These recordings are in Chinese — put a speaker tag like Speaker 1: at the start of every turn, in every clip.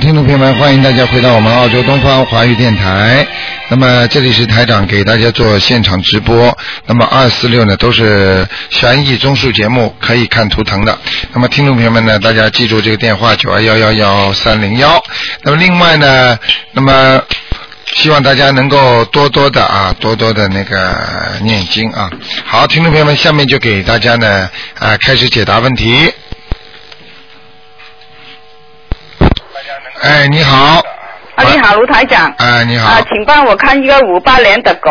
Speaker 1: 听众朋友们，欢迎大家回到我们澳洲东方华语电台。那么这里是台长给大家做现场直播。那么二四六呢都是悬疑综述节目，可以看图腾的。那么听众朋友们呢，大家记住这个电话九二幺幺幺三零幺。那么另外呢，那么希望大家能够多多的啊，多多的那个念经啊。好，听众朋友们，下面就给大家呢啊开始解答问题。哎，你好。
Speaker 2: 啊，你好，卢台长。
Speaker 1: 哎，你好。
Speaker 2: 啊，请帮我看一个五八年的狗，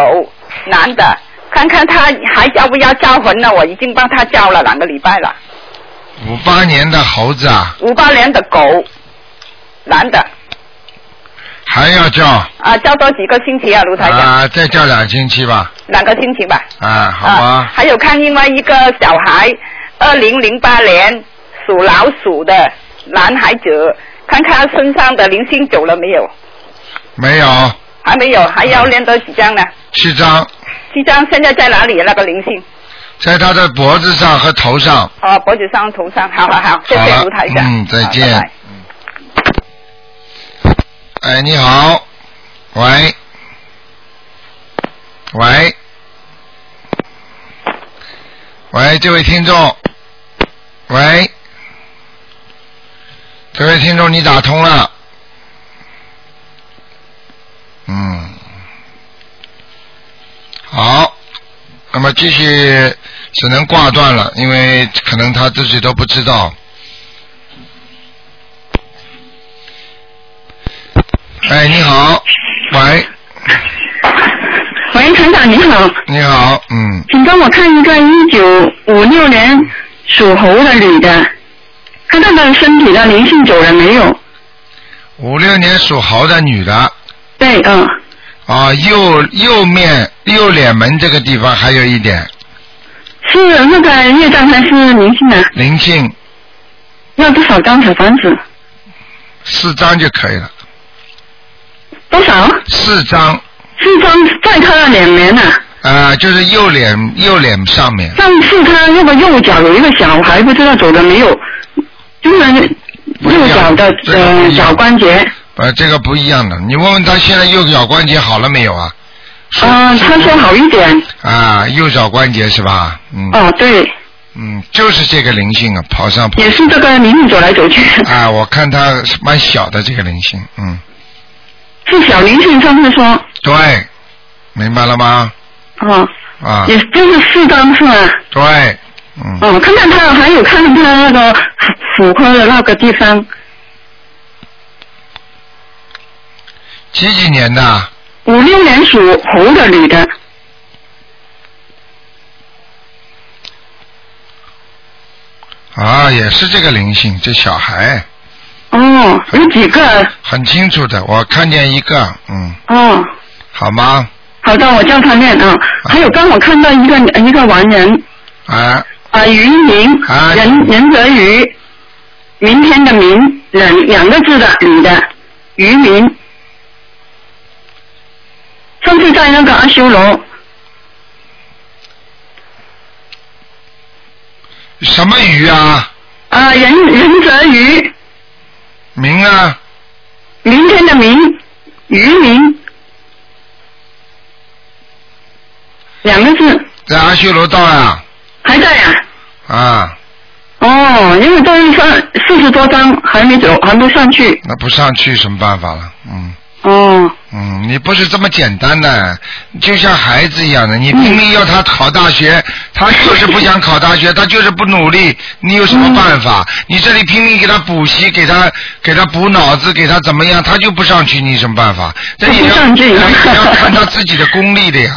Speaker 2: 男的，看看他还要不要叫魂了？我已经帮他叫了两个礼拜了。
Speaker 1: 五八年的猴子啊，
Speaker 2: 五八年的狗，男的，
Speaker 1: 还要叫
Speaker 2: 啊，叫多几个星期啊，卢台长，
Speaker 1: 啊，再叫两星期吧，
Speaker 2: 两个星期吧。
Speaker 1: 啊，好吧，
Speaker 2: 还有看另外一个小孩，二零零八年属老鼠的男孩子，看看他身上的零星走了没有？
Speaker 1: 没有
Speaker 2: 还没有，还要练多几张呢？
Speaker 1: 七张，
Speaker 2: 七张现在在哪里？啊那个灵性？
Speaker 1: 在他的脖子上和头上。
Speaker 2: 哦，脖子上、头上，好好好，谢
Speaker 1: 好
Speaker 2: 谢
Speaker 1: 了
Speaker 2: 卢台，长。
Speaker 1: 嗯，再见
Speaker 2: 好拜拜。
Speaker 1: 嗯哎，你好，喂，喂，喂，这位听众，喂，这位听众，你打通了，嗯，好，那么继续只能挂断了，因为可能他自己都不知道。哎，你好，喂，
Speaker 3: 喂，团长你好，
Speaker 1: 你好，嗯，
Speaker 3: 请帮我看一个一九五六年属猴的女的，看她的身体的灵性走了没有？
Speaker 1: 五六年属猴的女的，
Speaker 3: 对，嗯，
Speaker 1: 啊，右右面右脸门这个地方还有一点
Speaker 3: 是那个业障还是灵性啊？
Speaker 1: 灵性，
Speaker 3: 要多少张小房子？
Speaker 1: 四张就可以了，
Speaker 3: 多少？
Speaker 1: 四张，啊、
Speaker 3: 四张在她的脸面啊，
Speaker 1: 就是右脸右脸上面，
Speaker 3: 上次她那个右脚有一个小孩，不知道走了没有？就是
Speaker 1: 不一样
Speaker 3: 右脚的
Speaker 1: 这个不
Speaker 3: 呃
Speaker 1: 一样
Speaker 3: 脚关节，
Speaker 1: 呃，这个不一样的，你问问他现在右脚关节好了没有啊？是
Speaker 3: 嗯、她说好一点。
Speaker 1: 啊，右脚关节是吧？嗯
Speaker 3: 哦，对，
Speaker 1: 嗯，就是这个灵性啊，跑上跑
Speaker 3: 也是这个灵性走来走去，
Speaker 1: 啊，我看他是蛮小的这个灵性，嗯。
Speaker 3: 是小灵性上次说，
Speaker 1: 对，明白了吗？
Speaker 3: 哦。
Speaker 1: 啊，
Speaker 3: 也就是四张是吧？
Speaker 1: 对，嗯，
Speaker 3: 哦，看看他还有看看他那个妇科的那个地方，
Speaker 1: 几几年的？
Speaker 3: 五六年属猴的女的，
Speaker 1: 啊，也是这个灵性，这小孩
Speaker 3: 哦，有几个？
Speaker 1: 很清楚的，我看见一个，嗯，
Speaker 3: 哦，
Speaker 1: 好吗？
Speaker 3: 好的，我叫他念啊。还有刚我看到一个一个完人
Speaker 1: 啊，
Speaker 3: 啊，于明，
Speaker 1: 啊
Speaker 3: 仁仁泽于，明天的明，两两个字的女的，于明。上次在那个阿修罗，
Speaker 1: 什么鱼啊？
Speaker 3: 啊，仁仁泽于，
Speaker 1: 明啊？
Speaker 3: 明天的明，渔民，两个字，
Speaker 1: 在阿修罗道啊？
Speaker 3: 还在呀、
Speaker 1: 啊，
Speaker 3: 哦，因为都一上四十多张，还没走，还没上去。
Speaker 1: 那不上去什么办法了？嗯。
Speaker 3: 哦，
Speaker 1: 嗯，你不是这么简单的，就像孩子一样的，你明明要他考大学，他就是不想考大学，他就是不努力，你有什么办法？你这里拼命给他补习，给他给他补脑子，给他怎么样，他就不上去，你有什么办法？这也要
Speaker 3: 不上去
Speaker 1: 也要看他自己的功力的呀。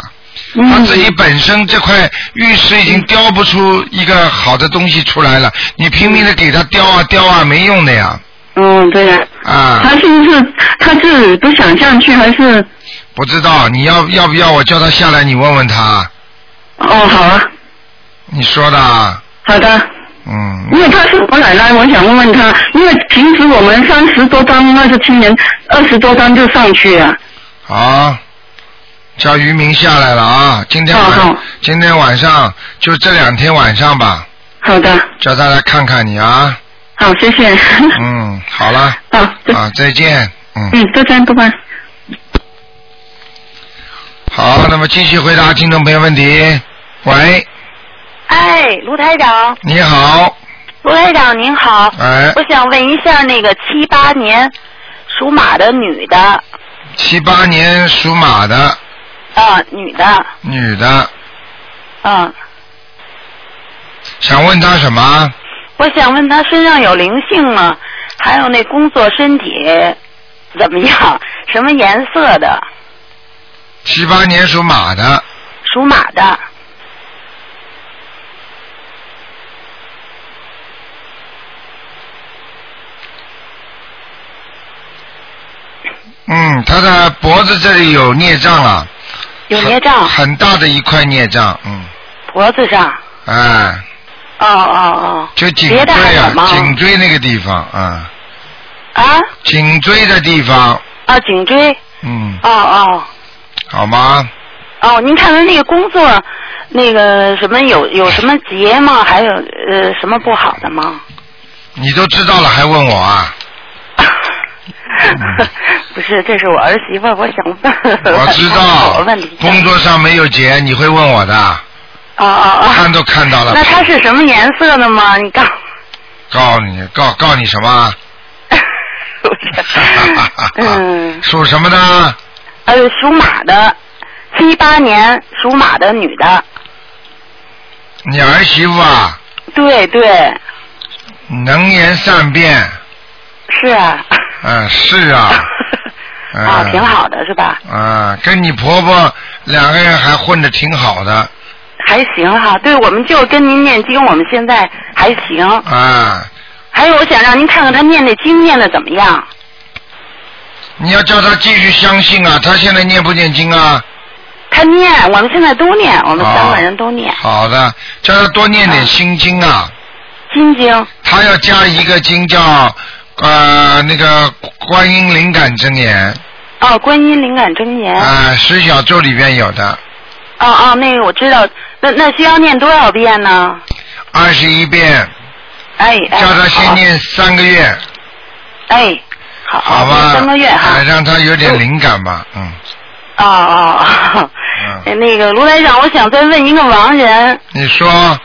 Speaker 3: 嗯，
Speaker 1: 他自己本身啊这块玉石已经雕不出一个好的东西出来了，你拼命的给他雕啊雕啊，没用的呀。
Speaker 3: 嗯，对呀、
Speaker 1: 啊，
Speaker 3: 他是不是他自己不想上去，还是？
Speaker 1: 不知道你要要不要我叫他下来？你问问他。
Speaker 3: 哦，好啊，
Speaker 1: 你说的啊，
Speaker 3: 好的。
Speaker 1: 嗯，
Speaker 3: 因为他是我奶奶，我想问问他，因为平时我们三十多张，那是青年二十多张就上去啊了。
Speaker 1: 好，叫于明下来了啊，今天
Speaker 3: 好
Speaker 1: 晚
Speaker 3: 好
Speaker 1: 今天晚上就这两天晚上吧，
Speaker 3: 好的，
Speaker 1: 叫他来看看你啊，
Speaker 3: 好，谢谢。
Speaker 1: 嗯，好了，
Speaker 3: 好，就
Speaker 1: 啊，再见，嗯，
Speaker 3: 嗯，就这样，拜拜。
Speaker 1: 好，那么继续回答听众朋友问题。喂，
Speaker 4: 哎，卢台长，
Speaker 1: 你好，
Speaker 4: 卢台长您好，
Speaker 1: 哎，
Speaker 4: 我想问一下那个七八年属马的女的，啊、
Speaker 1: 七八年属马的
Speaker 4: 女的，
Speaker 1: 女的，
Speaker 4: 嗯、
Speaker 1: 想问她什么？
Speaker 4: 我想问她身上有灵性吗？还有那工作身体怎么样？什么颜色的？
Speaker 1: 七八年属马的，
Speaker 4: 属马的，
Speaker 1: 嗯，她的脖子这里有孽障了，
Speaker 4: 有孽障
Speaker 1: 很，很大的一块孽障，嗯，
Speaker 4: 脖子上。
Speaker 1: 哎，
Speaker 4: 哦哦哦。
Speaker 1: 就颈
Speaker 4: 别的还
Speaker 1: 椎
Speaker 4: 有
Speaker 1: 啊
Speaker 4: 吗，？
Speaker 1: 颈椎那个地方啊，
Speaker 4: 啊
Speaker 1: 颈椎的地方，
Speaker 4: 啊，颈椎。
Speaker 1: 嗯，
Speaker 4: 哦哦
Speaker 1: 好吗？
Speaker 4: 哦，您看看那个工作，那个什么有有什么结吗？还有呃什么不好的吗？
Speaker 1: 你都知道了还问我啊？
Speaker 4: 不是，这是我儿媳妇儿，我想问。
Speaker 1: 我知
Speaker 4: 我
Speaker 1: 道
Speaker 4: 问你一，下。
Speaker 1: 工作上没有结，你会问我的，
Speaker 4: 哦哦
Speaker 1: 看
Speaker 4: 哦。
Speaker 1: 都看到了。
Speaker 4: 那它是什么颜色的吗？你告。
Speaker 1: 告你告告你什么？
Speaker 4: 不是 嗯，
Speaker 1: 属什么呢？
Speaker 4: 呃，属马的，七八年属马的女的，
Speaker 1: 你儿媳妇啊，
Speaker 4: 对对，
Speaker 1: 能言善辩，
Speaker 4: 是啊。
Speaker 1: 嗯，是啊，嗯
Speaker 4: 啊，挺好的是吧？
Speaker 1: 啊，跟你婆婆两个人还混得挺好的，
Speaker 4: 还行哈，对，我们就跟您念经，我们现在还行。
Speaker 1: 啊，
Speaker 4: 还有，我想让您看看他念那经念的怎么样。
Speaker 1: 你要叫她继续相信啊，她现在念不念经啊？
Speaker 4: 他念，我们现在都念，我们三个人都念
Speaker 1: 好的，叫她多念点心经啊，
Speaker 4: 心经。
Speaker 1: 她要加一个经叫呃那个观音灵感真言，
Speaker 4: 哦，观音灵感真言。
Speaker 1: 啊，十小咒里边有的，
Speaker 4: 哦哦，那个我知道，那那需要念多少遍呢？
Speaker 1: 二十一遍，
Speaker 4: 哎哎。
Speaker 1: 叫她先
Speaker 4: 好。
Speaker 1: 念三个月。
Speaker 4: 哎，好，
Speaker 1: 好吧，
Speaker 4: 三个月哈
Speaker 1: 哎。让他有点灵感吧，嗯，
Speaker 4: 哦哦。
Speaker 1: 嗯
Speaker 4: 哦 那个卢台长，我想再问一个亡人，
Speaker 1: 你说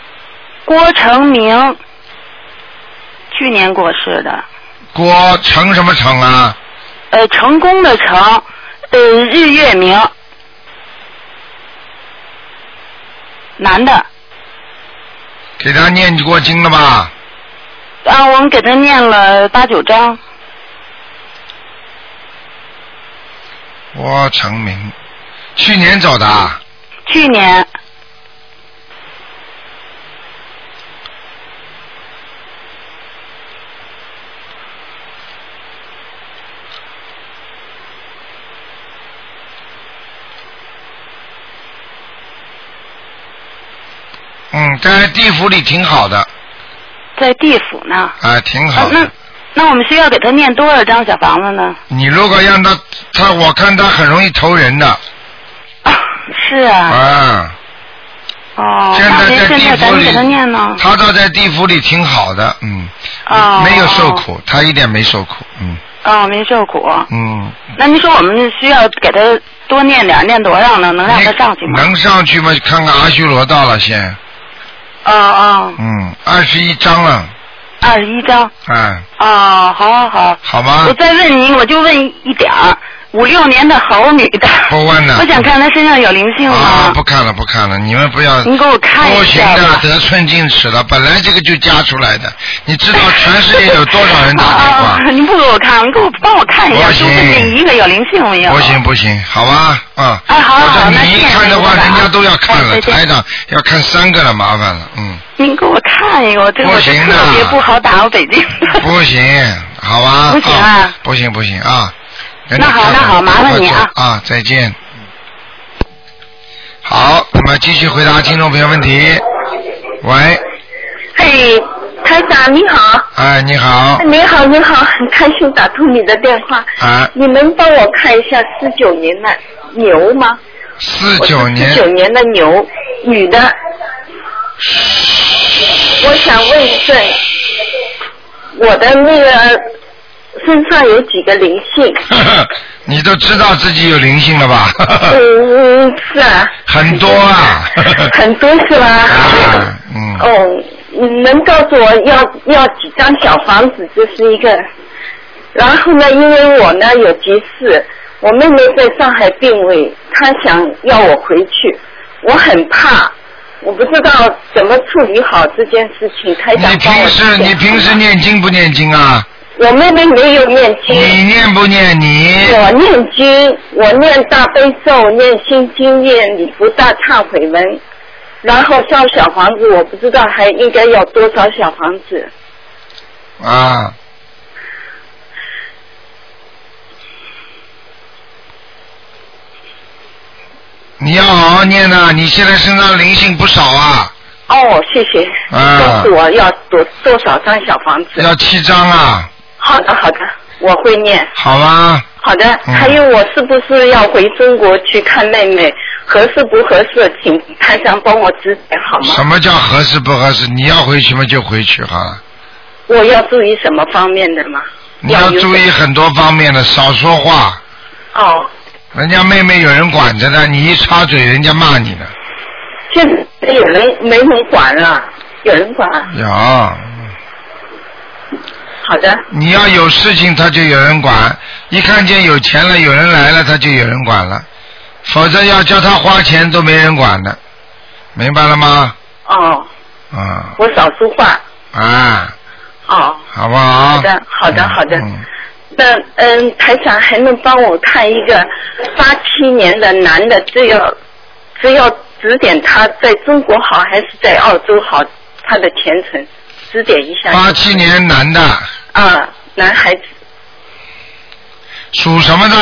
Speaker 4: 郭成明，去年过世的。
Speaker 1: 郭成什么成啊？
Speaker 4: 呃，成功的成，呃，日月明，男的
Speaker 1: 给他念过经了吧？
Speaker 4: 啊，我们给他念了八九章，
Speaker 1: 郭成明，去年走的啊，
Speaker 4: 去年
Speaker 1: 嗯，在地府里挺好的，
Speaker 4: 在地府呢。
Speaker 1: 啊，挺
Speaker 4: 啊
Speaker 1: 好，的。
Speaker 4: 那那我们需要给他念多少张小房子呢？
Speaker 1: 你如果让他，他我看他很容易投人的，
Speaker 4: 啊，是啊，
Speaker 1: 啊，
Speaker 4: 哦，
Speaker 1: 现
Speaker 4: 那
Speaker 1: 在
Speaker 4: 您
Speaker 1: 在
Speaker 4: 现
Speaker 1: 地
Speaker 4: 在赶
Speaker 1: 府
Speaker 4: 紧给他念
Speaker 1: 里
Speaker 4: 呢，。
Speaker 1: 他倒在地府里挺好的，嗯，
Speaker 4: 哦，
Speaker 1: 没有受
Speaker 4: 哦。
Speaker 1: 苦，他一点没受苦，嗯
Speaker 4: 哦，没受苦。
Speaker 1: 嗯，
Speaker 4: 那您说我们需要给他多念点，念多少呢？能让他
Speaker 1: 你
Speaker 4: 上去吗？
Speaker 1: 能上去吗？看看阿修罗道了先。
Speaker 4: 哦哦，
Speaker 1: 嗯，二十一章了，
Speaker 4: 二十一章。
Speaker 1: 哎，
Speaker 4: 哦，好好好。
Speaker 1: 好吗
Speaker 4: 我？再问您，我就问一点儿，五六年的猴女的。
Speaker 1: 不问了
Speaker 4: 我想看她身上有灵性
Speaker 1: 啊，
Speaker 4: 吗？
Speaker 1: 不看了，不看了，你们不要
Speaker 4: 您给我看
Speaker 1: 多
Speaker 4: 一
Speaker 1: 行
Speaker 4: 下
Speaker 1: 的
Speaker 4: 吧。
Speaker 1: 得寸进尺了。本来这个就加出来的，你知道全世界有多少人打电 话
Speaker 4: 啊？您不给我看，您给我帮我看一下，
Speaker 1: 不
Speaker 4: 就
Speaker 1: 行
Speaker 4: 问这一个有灵性没有？
Speaker 1: 不行。不行，好吧，啊，
Speaker 4: 哎好好
Speaker 1: 我
Speaker 4: 那
Speaker 1: 你一
Speaker 4: 谢谢
Speaker 1: 看的话，
Speaker 4: 您
Speaker 1: 人
Speaker 4: 了
Speaker 1: 家都要看了，
Speaker 4: 哎再见
Speaker 1: 台长要看三个了，麻烦了， 嗯，
Speaker 4: 您给我看一个，我这
Speaker 1: 不
Speaker 4: 我这
Speaker 1: 行的
Speaker 4: 特别不好打，我北京的。
Speaker 1: 不行，好吧，
Speaker 4: 不行啊
Speaker 1: 不行不行啊，
Speaker 4: 那好那好麻烦你啊
Speaker 1: 啊，再见。好，那么继续回答听众朋友问题。喂，
Speaker 2: 嘿，哎台长你好，
Speaker 1: 哎，你好，
Speaker 2: 你好你好，很开心打通你的电话。
Speaker 1: 啊，
Speaker 2: 你能帮我看一下四九年的牛吗？
Speaker 1: 四
Speaker 2: 我是
Speaker 1: 九年
Speaker 2: 四九年的牛，女的。我想问一问，
Speaker 4: 我的那个身上有几个灵 性，
Speaker 1: 你都知道自己有灵性了吧？
Speaker 4: 嗯嗯是啊，
Speaker 1: 很多啊。
Speaker 4: 很多是吧？
Speaker 1: 啊，嗯，
Speaker 4: 哦，你能告诉我要要几张小房子？这是一个。然后呢，因为我呢有急事，我妹妹在上海病危，她想要我回去，我很怕，我不知道怎么处理好这件事情。台长
Speaker 1: 你
Speaker 4: 帮我
Speaker 1: 平时
Speaker 4: 一下
Speaker 1: 你平时，念经不念经啊？
Speaker 4: 我妹妹没有念经，
Speaker 1: 你念不念你？
Speaker 4: 我念经，我念大悲咒，念心经，念礼佛大忏悔文，然后烧小房子，我不知道还应该要多少小房子。
Speaker 1: 啊。你要好好念呐、你现在身上灵性不少啊，
Speaker 4: 哦，谢谢。
Speaker 1: 啊
Speaker 4: 告诉我要多多少张小房子？
Speaker 1: 要七张啊，
Speaker 4: 好的，好的，我会念。
Speaker 1: 好吗？
Speaker 4: 好的，
Speaker 1: 嗯
Speaker 4: 还有我是不是要回中国去看妹妹？合适不合适？请台长帮我指点好
Speaker 1: 什
Speaker 4: 吗？
Speaker 1: 么叫合适不合适？你要回去嘛就回去好了，
Speaker 4: 我要注意什么方面的吗？
Speaker 1: 你要
Speaker 4: 有
Speaker 1: 注意很多方面的，少说话。
Speaker 4: 哦。
Speaker 1: 人家妹妹有人管着的，你一插嘴，人家骂你的。
Speaker 4: 现在有人没人管了，有人管。
Speaker 1: 有，
Speaker 4: 好的，
Speaker 1: 你要有事情，他就有人管；一看见有钱了，有人来了，他就有人管了。否则要叫他花钱都没人管的，明白了吗？
Speaker 4: 哦，
Speaker 1: 啊、
Speaker 4: 我少说话。
Speaker 1: 啊，
Speaker 4: 哦，
Speaker 1: 好不好？
Speaker 4: 好的好的好的
Speaker 1: 嗯
Speaker 4: 那嗯，台长还能帮我看一个八七年的男的，只要只要指点他在中国好还是在澳洲好，他的前程指点一下。
Speaker 1: 八七年男的，
Speaker 4: 啊，男孩子
Speaker 1: 属什么的？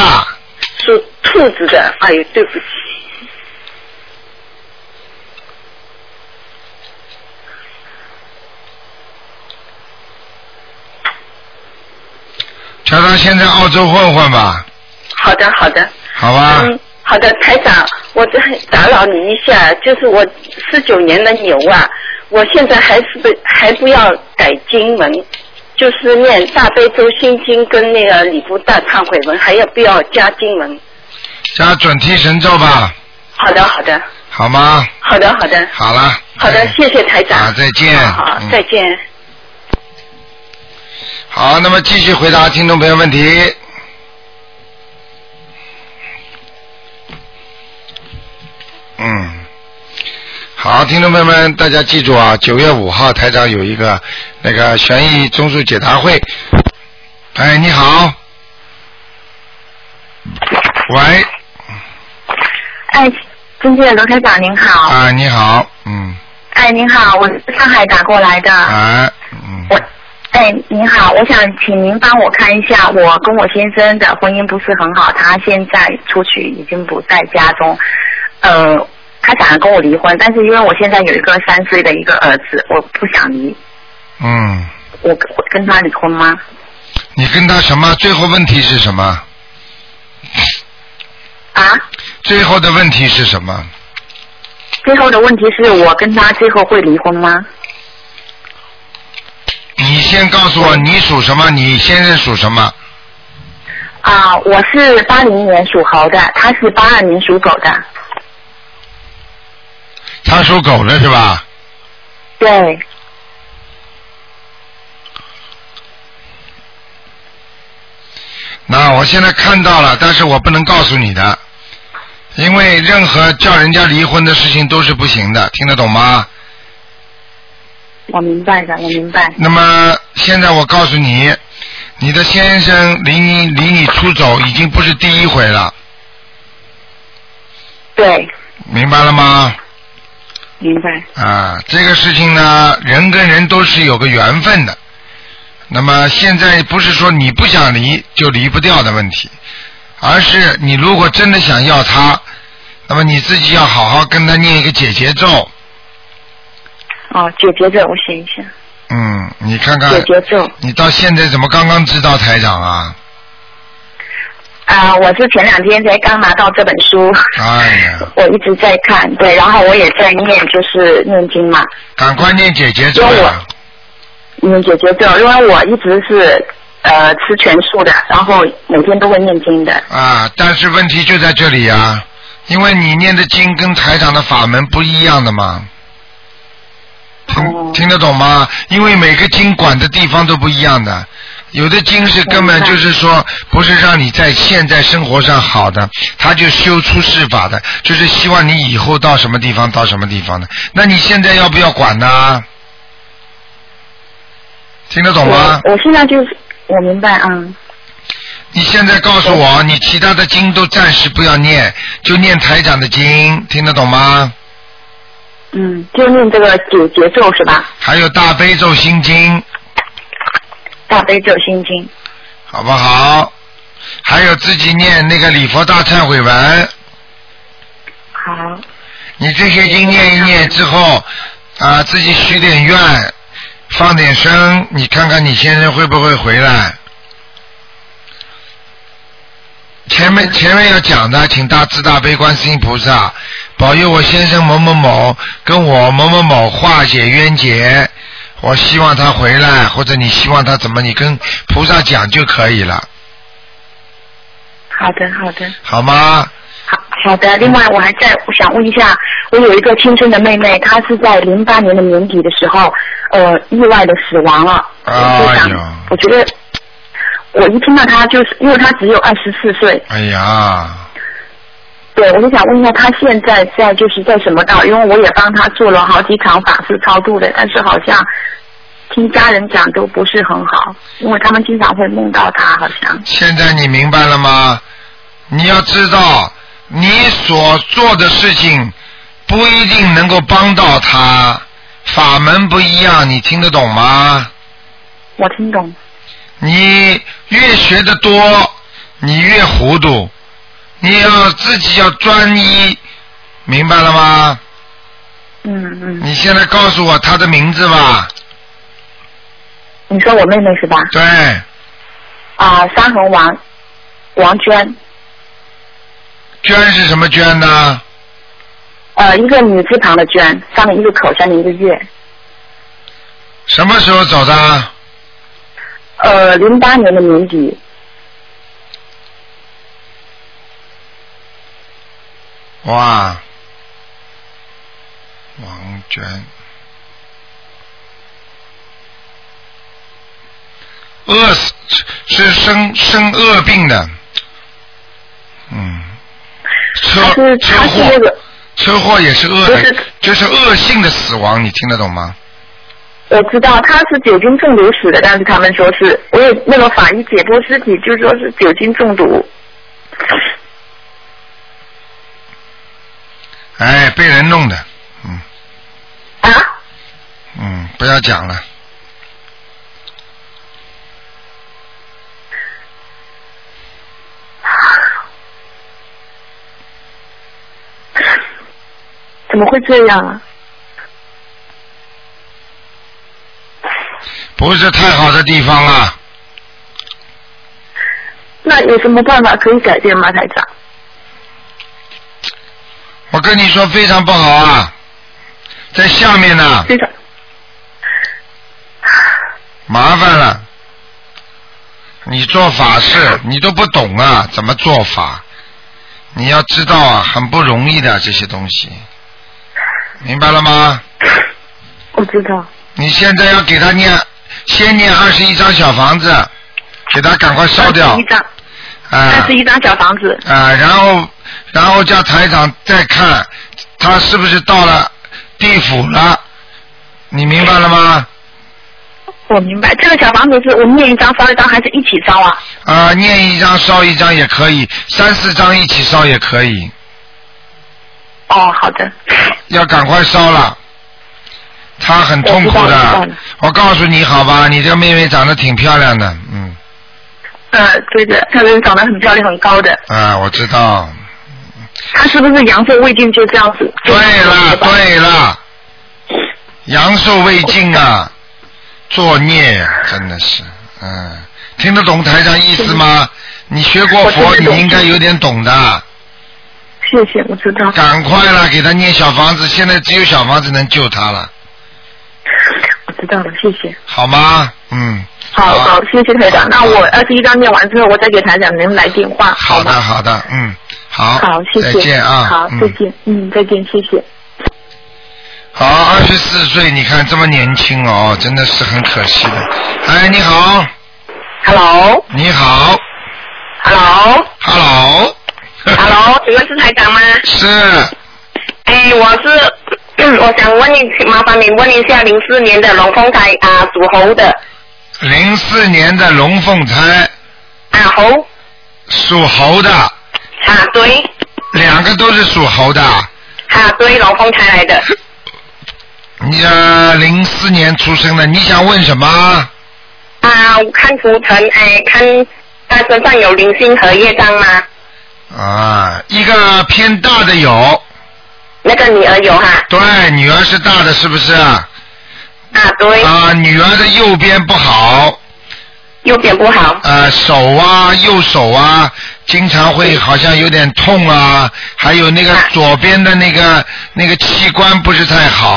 Speaker 4: 属兔子的，哎呦，对不起。
Speaker 1: 叫他先在澳洲混混吧，
Speaker 4: 好的好的。
Speaker 1: 好吧？
Speaker 4: 嗯，好的，台长，我这打扰你一下，就是我四九年的牛啊，我现在还是不还不要改经文，就是念大悲咒心经跟那个礼佛大忏悔文，还要不要加经文？
Speaker 1: 加准提神咒吧，
Speaker 4: 好的，好的，
Speaker 1: 好吗？
Speaker 4: 好的，好的，
Speaker 1: 好了。
Speaker 4: 好的，
Speaker 1: 哎
Speaker 4: 谢谢台长。
Speaker 1: 啊再见
Speaker 4: 好，好
Speaker 1: 嗯
Speaker 4: 再见。
Speaker 1: 好，那么继续回答听众朋友问题。嗯，好，听众朋友们，大家记住啊，九月五号台长有一个那个悬疑综述解答会。哎，你好。喂，
Speaker 5: 哎，尊敬的罗台长您好。
Speaker 1: 啊，你好，嗯，
Speaker 5: 哎，您好，我是上海打过来的。
Speaker 1: 啊，嗯，
Speaker 5: 我，哎，您好，我想请您帮我看一下，我跟我先生的婚姻不是很好，他现在出去已经不在家中，呃，他想要跟我离婚，但是因为我现在有一个三岁的一个儿子，我不想离，
Speaker 1: 嗯，
Speaker 5: 我我跟他离婚吗？
Speaker 1: 你跟他什么？最后问题是什么？
Speaker 5: 啊，
Speaker 1: 最后的问题是什么？
Speaker 5: 最后的问题是我跟他最后会离婚吗？
Speaker 1: 你先告诉我你属什么，你先生属什么？
Speaker 5: 啊、我是八零年属猴的，他是八二年属狗的，
Speaker 1: 他属狗的是吧？
Speaker 5: 对，
Speaker 1: 那我现在看到了，但是我不能告诉你的，因为任何叫人家离婚的事情都是不行的，听得懂吗？
Speaker 5: 我明白的，我明
Speaker 4: 嗯
Speaker 5: 白。
Speaker 1: 那么现在我告诉你，你的先生离你离你出走已经不是第一回了，
Speaker 5: 对，
Speaker 1: 明白了吗？
Speaker 5: 明白。
Speaker 1: 啊，这个事情呢，人跟人都是有个缘分的。那么现在不是说你不想离就离不掉的问题，而是你如果真的想要他，那么你自己要好好跟他念一个解结咒。
Speaker 5: 哦，解决这我写一下。
Speaker 1: 嗯，你看看
Speaker 5: 解，决咒
Speaker 1: 你到现在怎么刚刚知道台长啊？
Speaker 5: 啊、我是前两天才刚拿到这本书，
Speaker 1: 哎呀，
Speaker 5: 我一直在看，对，然后我也在念，就是念经嘛。
Speaker 1: 赶快念解结咒
Speaker 5: 因为
Speaker 1: 呀、
Speaker 5: 我
Speaker 3: 嗯解决掉，因为我一直是呃吃全素的，然后每天都会念经的。
Speaker 1: 啊，但是问题就在这里啊，因为你念的经跟台长的法门不一样的嘛。听听得懂吗？因为每个经管的地方都不一样的，有的经是根本就是说不是让你在现在生活上好的，他就修出世法的，就是希望你以后到什么地方到什么地方的。那你现在要不要管呢？听得懂吗？
Speaker 3: 我我现在就是我明白，嗯，
Speaker 1: 你现在告诉
Speaker 3: 哦
Speaker 1: 我，你其他的经都暂时不要念，就念台长的经，听得懂吗？
Speaker 3: 嗯，就念这个解节奏是吧？
Speaker 1: 还有大悲咒心经，
Speaker 3: 大悲咒心经，
Speaker 1: 好不好？还有自己念那个礼佛大忏悔文，
Speaker 3: 好，
Speaker 1: 你这些经念一念之后，啊，自己许点愿，放点生，你看看你先生会不会回来？前面前面要讲的，请大慈大悲观世音菩萨保佑我先生某某某跟我某某某化解冤结，我希望他回来，或者你希望他怎么，你跟菩萨讲就可以了，
Speaker 3: 好的，好的。
Speaker 1: 好吗？
Speaker 3: 好好的，另外我还在我想问一下，我有一个亲生的妹妹，她是在零八年的年底的时候，呃，意外的死亡了。
Speaker 1: 哎
Speaker 3: 我就想
Speaker 1: 呦
Speaker 3: 我觉得我一听到她就是，因为她只有二十四岁，
Speaker 1: 哎呀。
Speaker 3: 对我就想问一下，她现在在就是在什么道？因为我也帮她做了好几场法事超度的，但是好像听家人讲都不是很好，因为他们经常会梦到她，好像。
Speaker 1: 现在你明白了吗？你要知道，你所做的事情不一定能够帮到他，法门不一样，你听得懂吗？
Speaker 3: 我听懂，
Speaker 1: 你越学得多，你越糊涂，你要自己要专一，明白了吗？
Speaker 3: 嗯嗯，
Speaker 1: 你现在告诉我他的名字吧。
Speaker 3: 你说我妹妹是吧？
Speaker 1: 对，
Speaker 3: 啊、山河王王娟，
Speaker 1: 娟是什么娟呢？
Speaker 3: 呃，一个女字旁的娟，上面一个口，下面一个月，
Speaker 1: 什么时候走的？
Speaker 3: 呃，零八年的年底，
Speaker 1: 哇，王娟，饿死是生生恶病的，嗯，车
Speaker 3: 她是
Speaker 1: 车
Speaker 3: 她是那
Speaker 1: 祸
Speaker 3: 个，
Speaker 1: 车祸也是恶
Speaker 3: 不
Speaker 1: 的
Speaker 3: 是，
Speaker 1: 就是恶性的死亡，你听得懂吗？
Speaker 3: 我知道她是酒精中毒死的，但是他们说是，我也那个法医解剖尸体，就说是酒精中毒。
Speaker 1: 哎，被人弄的，嗯
Speaker 3: 啊，
Speaker 1: 嗯，不要讲了，
Speaker 3: 怎么会这样啊？
Speaker 1: 不是太好的地方啊。
Speaker 3: 那有什么办法可以改变吗，台长？
Speaker 1: 我跟你说非常不好啊，在下面呢，
Speaker 3: 非常，
Speaker 1: 麻烦了。你做法事，你都不懂啊，怎么做法？你要知道啊，很不容易的这些东西，明白了吗？
Speaker 3: 我知道。
Speaker 1: 你现在要给他念，先念二十一张小房子，给他赶快烧掉
Speaker 3: 一张，
Speaker 1: 啊
Speaker 3: 三十一张小房子。
Speaker 1: 啊，然后然后叫台长再看他是不是到了地府了，你明白了吗？
Speaker 3: 我明白，这个小房子是我们念一张烧一张，还是一起烧啊？
Speaker 1: 啊，念一张烧一张也可以，三四张一起烧也可以，
Speaker 3: 哦，好的。
Speaker 1: 要赶快烧了。他很痛苦
Speaker 3: 我知道了知道
Speaker 1: 的
Speaker 3: 了，
Speaker 1: 我告诉你好吧，你这个妹妹长得挺漂亮的，嗯，
Speaker 3: 呃，对的，她人长得很漂亮，很高的。
Speaker 1: 啊，我知道。
Speaker 3: 她是不是阳寿未尽就这样子？
Speaker 1: 对了对了，阳寿未尽啊，作孽呀，真的是，嗯，听得懂台上意思吗？你学过佛
Speaker 3: 我，听
Speaker 1: 你
Speaker 3: 得懂
Speaker 1: 应该有点懂的。
Speaker 3: 谢谢，我知道。
Speaker 1: 赶快了，给他念小房子，现在只有小房子能救他了。
Speaker 3: 我
Speaker 5: 知道了，谢谢。
Speaker 1: 好吗？嗯。
Speaker 5: 好
Speaker 1: 啊
Speaker 5: 好，谢谢台长。那我二十一张念完之后，我再给台长您来电话，
Speaker 1: 好的，
Speaker 5: 吗？
Speaker 1: 好的，嗯，好，
Speaker 5: 好，谢谢。
Speaker 1: 再见啊，
Speaker 5: 好，
Speaker 1: 嗯
Speaker 5: 再见。嗯，再见，谢谢。
Speaker 1: 好，二十四岁，你看这么年轻哦，真的是很可惜的。哎，你好，
Speaker 4: Hello，Hello，
Speaker 1: 你好，Hello，
Speaker 4: 嗯 Hello，请问是台长吗？
Speaker 1: 是
Speaker 4: 哎，我是，嗯我想问你，麻烦你问一下，零四年的龙凤胎啊，属猴的
Speaker 1: 零四年的龙凤胎，
Speaker 4: 啊猴
Speaker 1: 属猴的，
Speaker 4: 啊对
Speaker 1: 两个都是属猴的。
Speaker 4: 啊对，龙凤胎 来的。
Speaker 1: 你呃，零四年出生的，你想问什么？
Speaker 4: 啊，我看图腾，哎，看他身上有灵性和业障吗？
Speaker 1: 啊，一个偏大的有，
Speaker 4: 那个女儿有哈、
Speaker 1: 对，女儿是大的，是不是？
Speaker 4: 啊，对，
Speaker 1: 啊，女儿的右边不好，
Speaker 4: 右边不好，
Speaker 1: 呃，手啊，右手啊，经常会好像有点痛啊，还有那个
Speaker 4: 啊
Speaker 1: 左边的那个那个器官不是太好，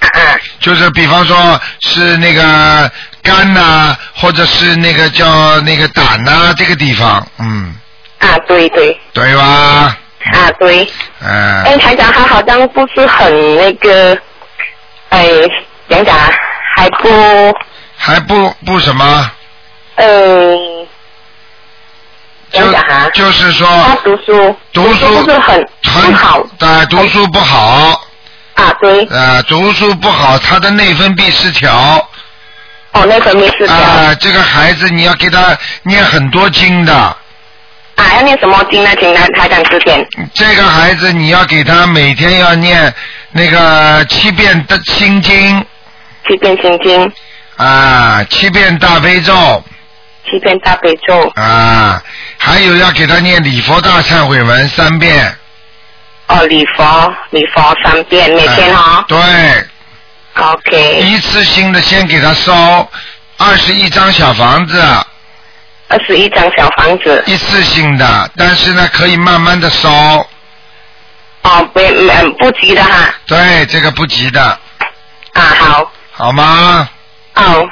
Speaker 4: 啊啊，
Speaker 1: 就是比方说是那个肝呐、或者是那个叫那个胆呐、这个地方，嗯，
Speaker 4: 啊，对对，
Speaker 1: 对吧？
Speaker 4: 啊对，
Speaker 1: 嗯、
Speaker 4: 哎，台长他好像不是很那个，哎，讲讲啊，还不，
Speaker 1: 还不不什么，
Speaker 4: 嗯，
Speaker 1: 就
Speaker 4: 讲讲啊，
Speaker 1: 就是
Speaker 4: 他
Speaker 1: 说
Speaker 4: 读书，
Speaker 1: 读书
Speaker 4: 不是很
Speaker 1: 很
Speaker 4: 不好，
Speaker 1: 对，读书不好，
Speaker 4: 啊对，
Speaker 1: 呃，读书不好，他的内分泌失调。
Speaker 4: 哦，那个没失调，
Speaker 1: 啊、这个孩子你要给他念很多经的。
Speaker 4: 啊，要念什么经呢？请台台长指点，
Speaker 1: 这个孩子你要给他每天要念那个七遍的心经
Speaker 4: 七遍心经，
Speaker 1: 啊、七遍大悲咒
Speaker 4: 七遍大悲咒，
Speaker 1: 啊、还有要给他念礼佛大忏悔文三遍。
Speaker 4: 哦，礼佛，礼佛三遍，每天
Speaker 1: 啊
Speaker 4: 哦。
Speaker 1: 对，
Speaker 4: OK，
Speaker 1: 一次性的先给他烧二十一张小房子，
Speaker 4: 二十一张小房子，
Speaker 1: 一次性的，但是呢可以慢慢的烧。
Speaker 4: 哦，不，嗯，不急的哈，
Speaker 1: 对，这个不急的，
Speaker 4: 啊，好，
Speaker 1: 好吗？
Speaker 4: 哦，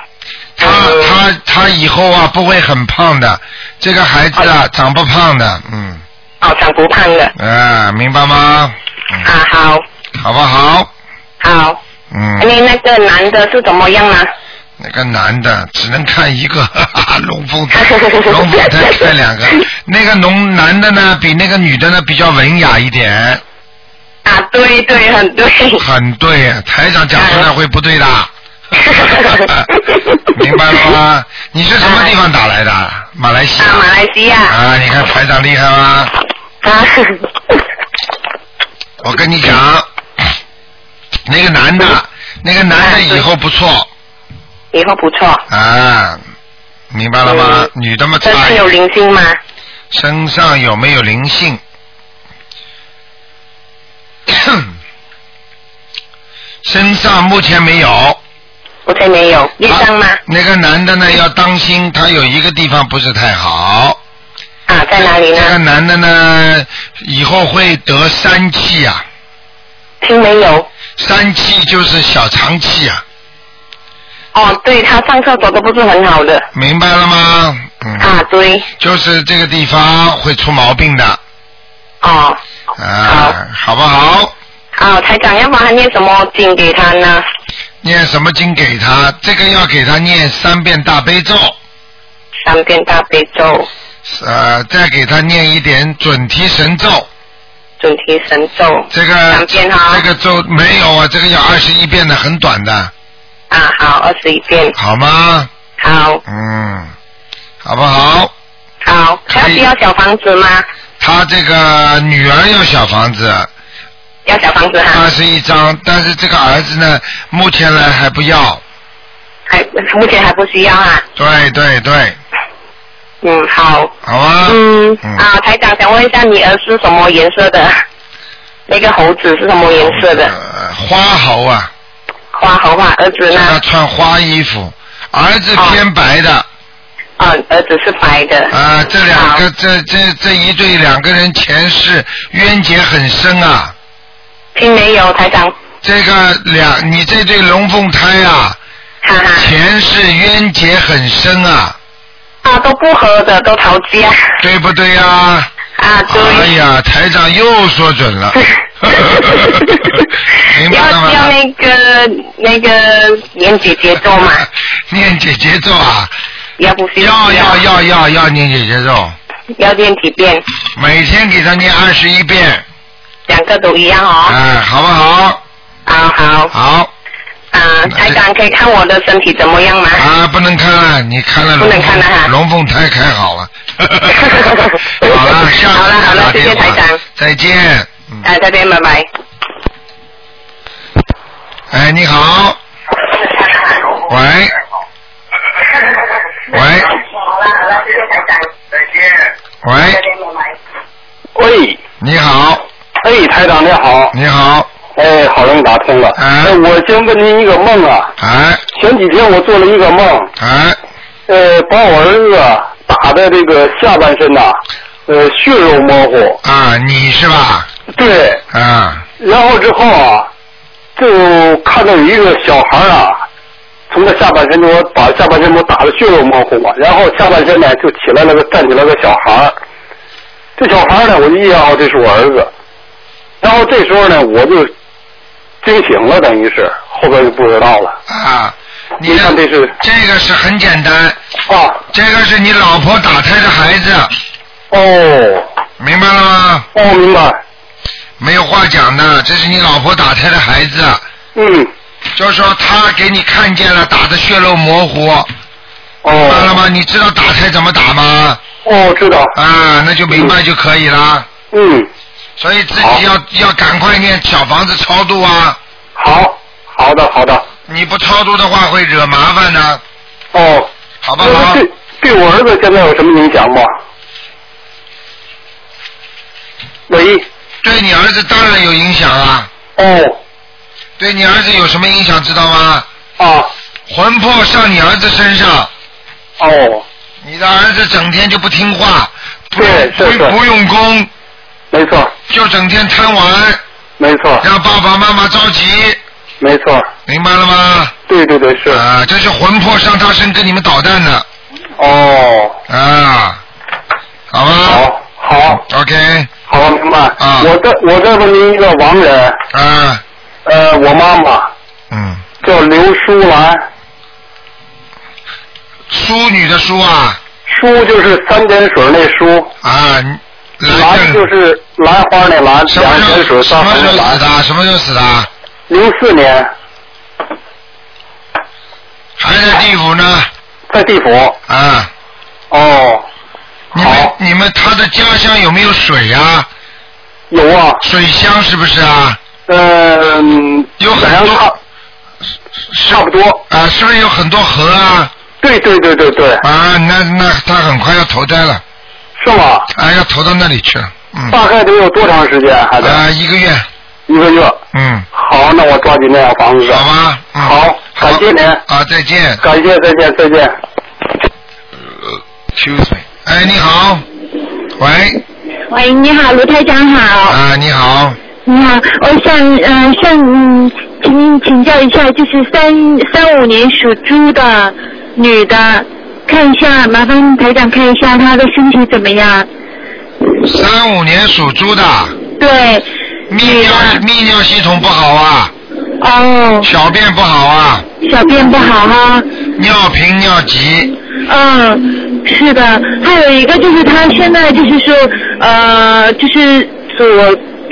Speaker 1: 他他他以后啊不会很胖的，这个孩子啊长不胖的，嗯，
Speaker 4: 哦，长不胖的，
Speaker 1: 啊，明白吗？嗯，
Speaker 4: 啊，好，
Speaker 1: 好不好？
Speaker 4: 好，
Speaker 1: 嗯，
Speaker 4: 那那个男的是怎么样呢？
Speaker 1: 那个男的只能看一个，哈哈龙凤胎， 龙凤胎看两个，那个龙男的呢比那个女的呢比较文雅一点，
Speaker 4: 啊，对对，很对，啊
Speaker 1: 很对，台长讲出来会不 对的， 明白了吗？你是什么地方打来的？马来西
Speaker 4: 啊，马
Speaker 1: 亚
Speaker 4: 来西亚，啊，
Speaker 1: 啊？你看台长厉害吗？我跟你讲，那个男的，那个男的以后不错
Speaker 4: 以后不错，
Speaker 1: 啊，明白了吗？女的嘛
Speaker 4: 身
Speaker 1: 差
Speaker 4: 上
Speaker 1: 一
Speaker 4: 有灵性吗？
Speaker 1: 嗯身上有没有灵性？ 身上目前没有。
Speaker 4: 我才没有，业障吗？
Speaker 1: 啊那个男的呢，要当心，他有一个地方不是太好。
Speaker 4: 啊，在哪里
Speaker 1: 这个
Speaker 4: 呢？
Speaker 1: 男的呢，以后会得三气啊，
Speaker 4: 听没有？
Speaker 1: 三气就是小肠气啊，
Speaker 4: 哦，对他上厕所都不是很好的，
Speaker 1: 明白了吗？嗯。
Speaker 4: 啊，对，
Speaker 1: 就是这个地方会出毛病的
Speaker 4: 哦，
Speaker 1: 啊，好不好？
Speaker 4: 啊，台长，要他念什么经给他呢？
Speaker 1: 念什么经给他？这个要给他念三遍大悲咒，
Speaker 4: 三遍大悲咒，
Speaker 1: 呃，再给他念一点准提神咒。
Speaker 4: 准提神咒
Speaker 1: 这个
Speaker 4: 三遍哈
Speaker 1: 这个咒没有啊，这个要二十一遍的，很短的，
Speaker 4: 啊，好，二十一遍，
Speaker 1: 好吗？
Speaker 4: 好，
Speaker 1: 嗯，好不好？
Speaker 4: 好，
Speaker 1: 可
Speaker 4: 要
Speaker 1: 以
Speaker 4: 需要小房子吗？
Speaker 1: 他这个女儿要小房子，
Speaker 4: 啊要小房子哈，
Speaker 1: 二十一张，但是这个儿子呢，目前来还不要。
Speaker 4: 还目前还不需要啊，
Speaker 1: 对对对，
Speaker 4: 嗯，好，
Speaker 1: 好吗？
Speaker 4: 嗯，
Speaker 1: 嗯
Speaker 4: 啊，台长想问一下，你儿是什么颜色的？那个猴子是什么颜色的？
Speaker 1: 呃花猴啊，
Speaker 4: 花猴吧，儿子
Speaker 1: 叫他
Speaker 4: 呢？
Speaker 1: 穿花衣服，儿子偏白的，啊、啊
Speaker 4: 啊，儿子是白的。
Speaker 1: 这两
Speaker 4: 哦好
Speaker 1: 个这这这一对两个人前世冤结很深啊，
Speaker 4: 听没有，台长？
Speaker 1: 这个两，你这对龙凤胎啊，
Speaker 5: 哈
Speaker 4: 嗯
Speaker 5: 哈，
Speaker 1: 前世冤结很深啊，
Speaker 5: 啊都不合的，都逃家
Speaker 1: 对不对呀、啊？
Speaker 5: 啊，
Speaker 1: 哎
Speaker 5: 对。，
Speaker 1: 呀，台长又说准 了明白
Speaker 5: 要
Speaker 1: 了吗？
Speaker 5: 要那个那个念姐姐咒 嘛，
Speaker 1: 念姐姐咒啊，
Speaker 5: 要不是
Speaker 1: 要要要要要念姐姐咒，
Speaker 5: 要念几遍，
Speaker 1: 每天给他念二十一遍，
Speaker 5: 两个都一样哦。
Speaker 1: 哎，好不好？
Speaker 5: 啊好
Speaker 1: 好
Speaker 5: 啊，台长可以看我的身体怎么样吗？
Speaker 1: 啊，不能看了，你看了
Speaker 5: 不
Speaker 1: 龙
Speaker 5: 能看了哈
Speaker 1: 凤龙凤胎开 好了，好了，下
Speaker 5: 好
Speaker 1: 次
Speaker 5: 了好
Speaker 1: 再
Speaker 5: 了
Speaker 1: 打
Speaker 5: 谢谢
Speaker 1: 电话
Speaker 5: 台长，
Speaker 1: 再见。嗯，
Speaker 5: 啊，这边拜拜。
Speaker 1: 哎，你好，喂，喂，喂，
Speaker 6: 喂，
Speaker 1: 你好，
Speaker 6: 哎，台长您好，
Speaker 1: 你好，
Speaker 6: 哎，好容易打通了。
Speaker 1: 哎
Speaker 6: 哎，我先问您一个梦啊，
Speaker 1: 哎
Speaker 6: 前几天我做了一个梦，
Speaker 1: 哎，
Speaker 6: 呃，把我儿子啊打的这个下半身呐、呃，血肉模糊。
Speaker 1: 啊，你是吧？
Speaker 6: 对，
Speaker 1: 啊，
Speaker 6: 然后之后啊，就看到有一个小孩儿啊，从他下半身给我把下半身给我打的血肉模糊嘛，然后下半身呢就起来了个站起来个小孩儿，这小孩儿呢我就意识到这是我儿子，然后这时候呢我就惊醒了，等于是后边就不知道了
Speaker 1: 啊，你
Speaker 6: 你看这是
Speaker 1: 这个是很简单，
Speaker 6: 啊
Speaker 1: 这个是你老婆打胎的孩子，
Speaker 6: 哦
Speaker 1: 明白了吗？
Speaker 6: 哦明白
Speaker 1: 没有话讲的，这是你老婆打胎的孩子，
Speaker 6: 嗯
Speaker 1: 就是说她给你看见了，打的血肉模糊，明白了
Speaker 6: 哦
Speaker 1: 吗？你知道打胎怎么打吗？
Speaker 6: 哦知道
Speaker 1: 啊，那就明白就可以了。
Speaker 6: 嗯
Speaker 1: 所以自
Speaker 6: 好
Speaker 1: 己要要赶快念小房子超度啊！
Speaker 6: 好好的好的
Speaker 1: 你不超度的话会惹麻烦的、
Speaker 6: 哦
Speaker 1: 好不
Speaker 6: 那
Speaker 1: 好？
Speaker 6: 对对我儿子现在有什么影响吗？喂，
Speaker 1: 对你儿子当然有影响啊！
Speaker 6: 哦，
Speaker 1: 对你儿子有什么影响知道吗？
Speaker 6: 啊，
Speaker 1: 魂魄上你儿子身上，
Speaker 6: 哦，
Speaker 1: 你的儿子整天就不听话，不
Speaker 6: 对
Speaker 1: 不
Speaker 6: 是是
Speaker 1: 不用功，
Speaker 6: 没错，
Speaker 1: 就整天贪玩，
Speaker 6: 没错，
Speaker 1: 让爸爸妈妈着急，
Speaker 6: 没错，
Speaker 1: 明白了吗？
Speaker 6: 对对对，是，
Speaker 1: 啊，这是魂魄上他身跟你们捣蛋的
Speaker 6: 哦，
Speaker 1: 啊，好吧
Speaker 6: 好，好，
Speaker 1: ，OK，
Speaker 6: 好，明白。
Speaker 1: 啊
Speaker 6: 我再我再问您一个亡人，
Speaker 1: 啊，
Speaker 6: 呃，我妈妈
Speaker 1: 嗯，
Speaker 6: 叫刘淑兰，
Speaker 1: 淑女的淑啊
Speaker 6: 淑就是三点水那淑，
Speaker 1: 啊，你
Speaker 6: 兰就
Speaker 1: 来
Speaker 6: 是兰花那兰，
Speaker 1: 嗯什么
Speaker 6: 两点
Speaker 1: 时
Speaker 6: 水
Speaker 1: 候
Speaker 6: 三
Speaker 1: 什么
Speaker 6: 横
Speaker 1: 时候
Speaker 6: 的
Speaker 1: 死
Speaker 6: 兰，
Speaker 1: 的？什么时候死的？
Speaker 6: 零四年
Speaker 1: 还在地府呢
Speaker 6: 在地府，
Speaker 1: 啊！
Speaker 6: 哦，
Speaker 1: 你们
Speaker 6: 好
Speaker 1: 你们他的家乡有没有水呀、啊？
Speaker 6: 有啊，
Speaker 1: 水乡是不是啊？
Speaker 6: 嗯，
Speaker 1: 有很
Speaker 6: 好像
Speaker 1: 多
Speaker 6: 差差不多。
Speaker 1: 啊，是不是有很多河啊？
Speaker 6: 对对对对对，
Speaker 1: 啊，那那他很快要投胎了，
Speaker 6: 是吗？
Speaker 1: 啊，要投到那里去了，嗯，
Speaker 6: 大概得有多长时间？还得
Speaker 1: 啊，一个月，
Speaker 6: 一个月。
Speaker 1: 嗯，
Speaker 6: 好，那我抓紧那样房子。
Speaker 1: 好吧，嗯，
Speaker 6: 好，感谢您，
Speaker 1: 啊，再见
Speaker 6: 感谢，再见，再见。
Speaker 1: ，excuse me，哎，你好，喂，
Speaker 3: 喂，你好，卢台长好。
Speaker 1: 啊，你好，
Speaker 3: 你好，我想嗯、呃、向嗯请您请教一下，就是三三五年属猪的女的，看一下，麻烦台长看一下她的身体怎么样？
Speaker 1: 三五年属猪的，
Speaker 3: 对，
Speaker 1: 泌尿泌尿系统不好啊，
Speaker 3: 哦，
Speaker 1: 小便不好啊，
Speaker 3: 小便不好哈、
Speaker 1: 尿频尿急，
Speaker 3: 嗯，是的，还有一个就是她现在就是说呃就是左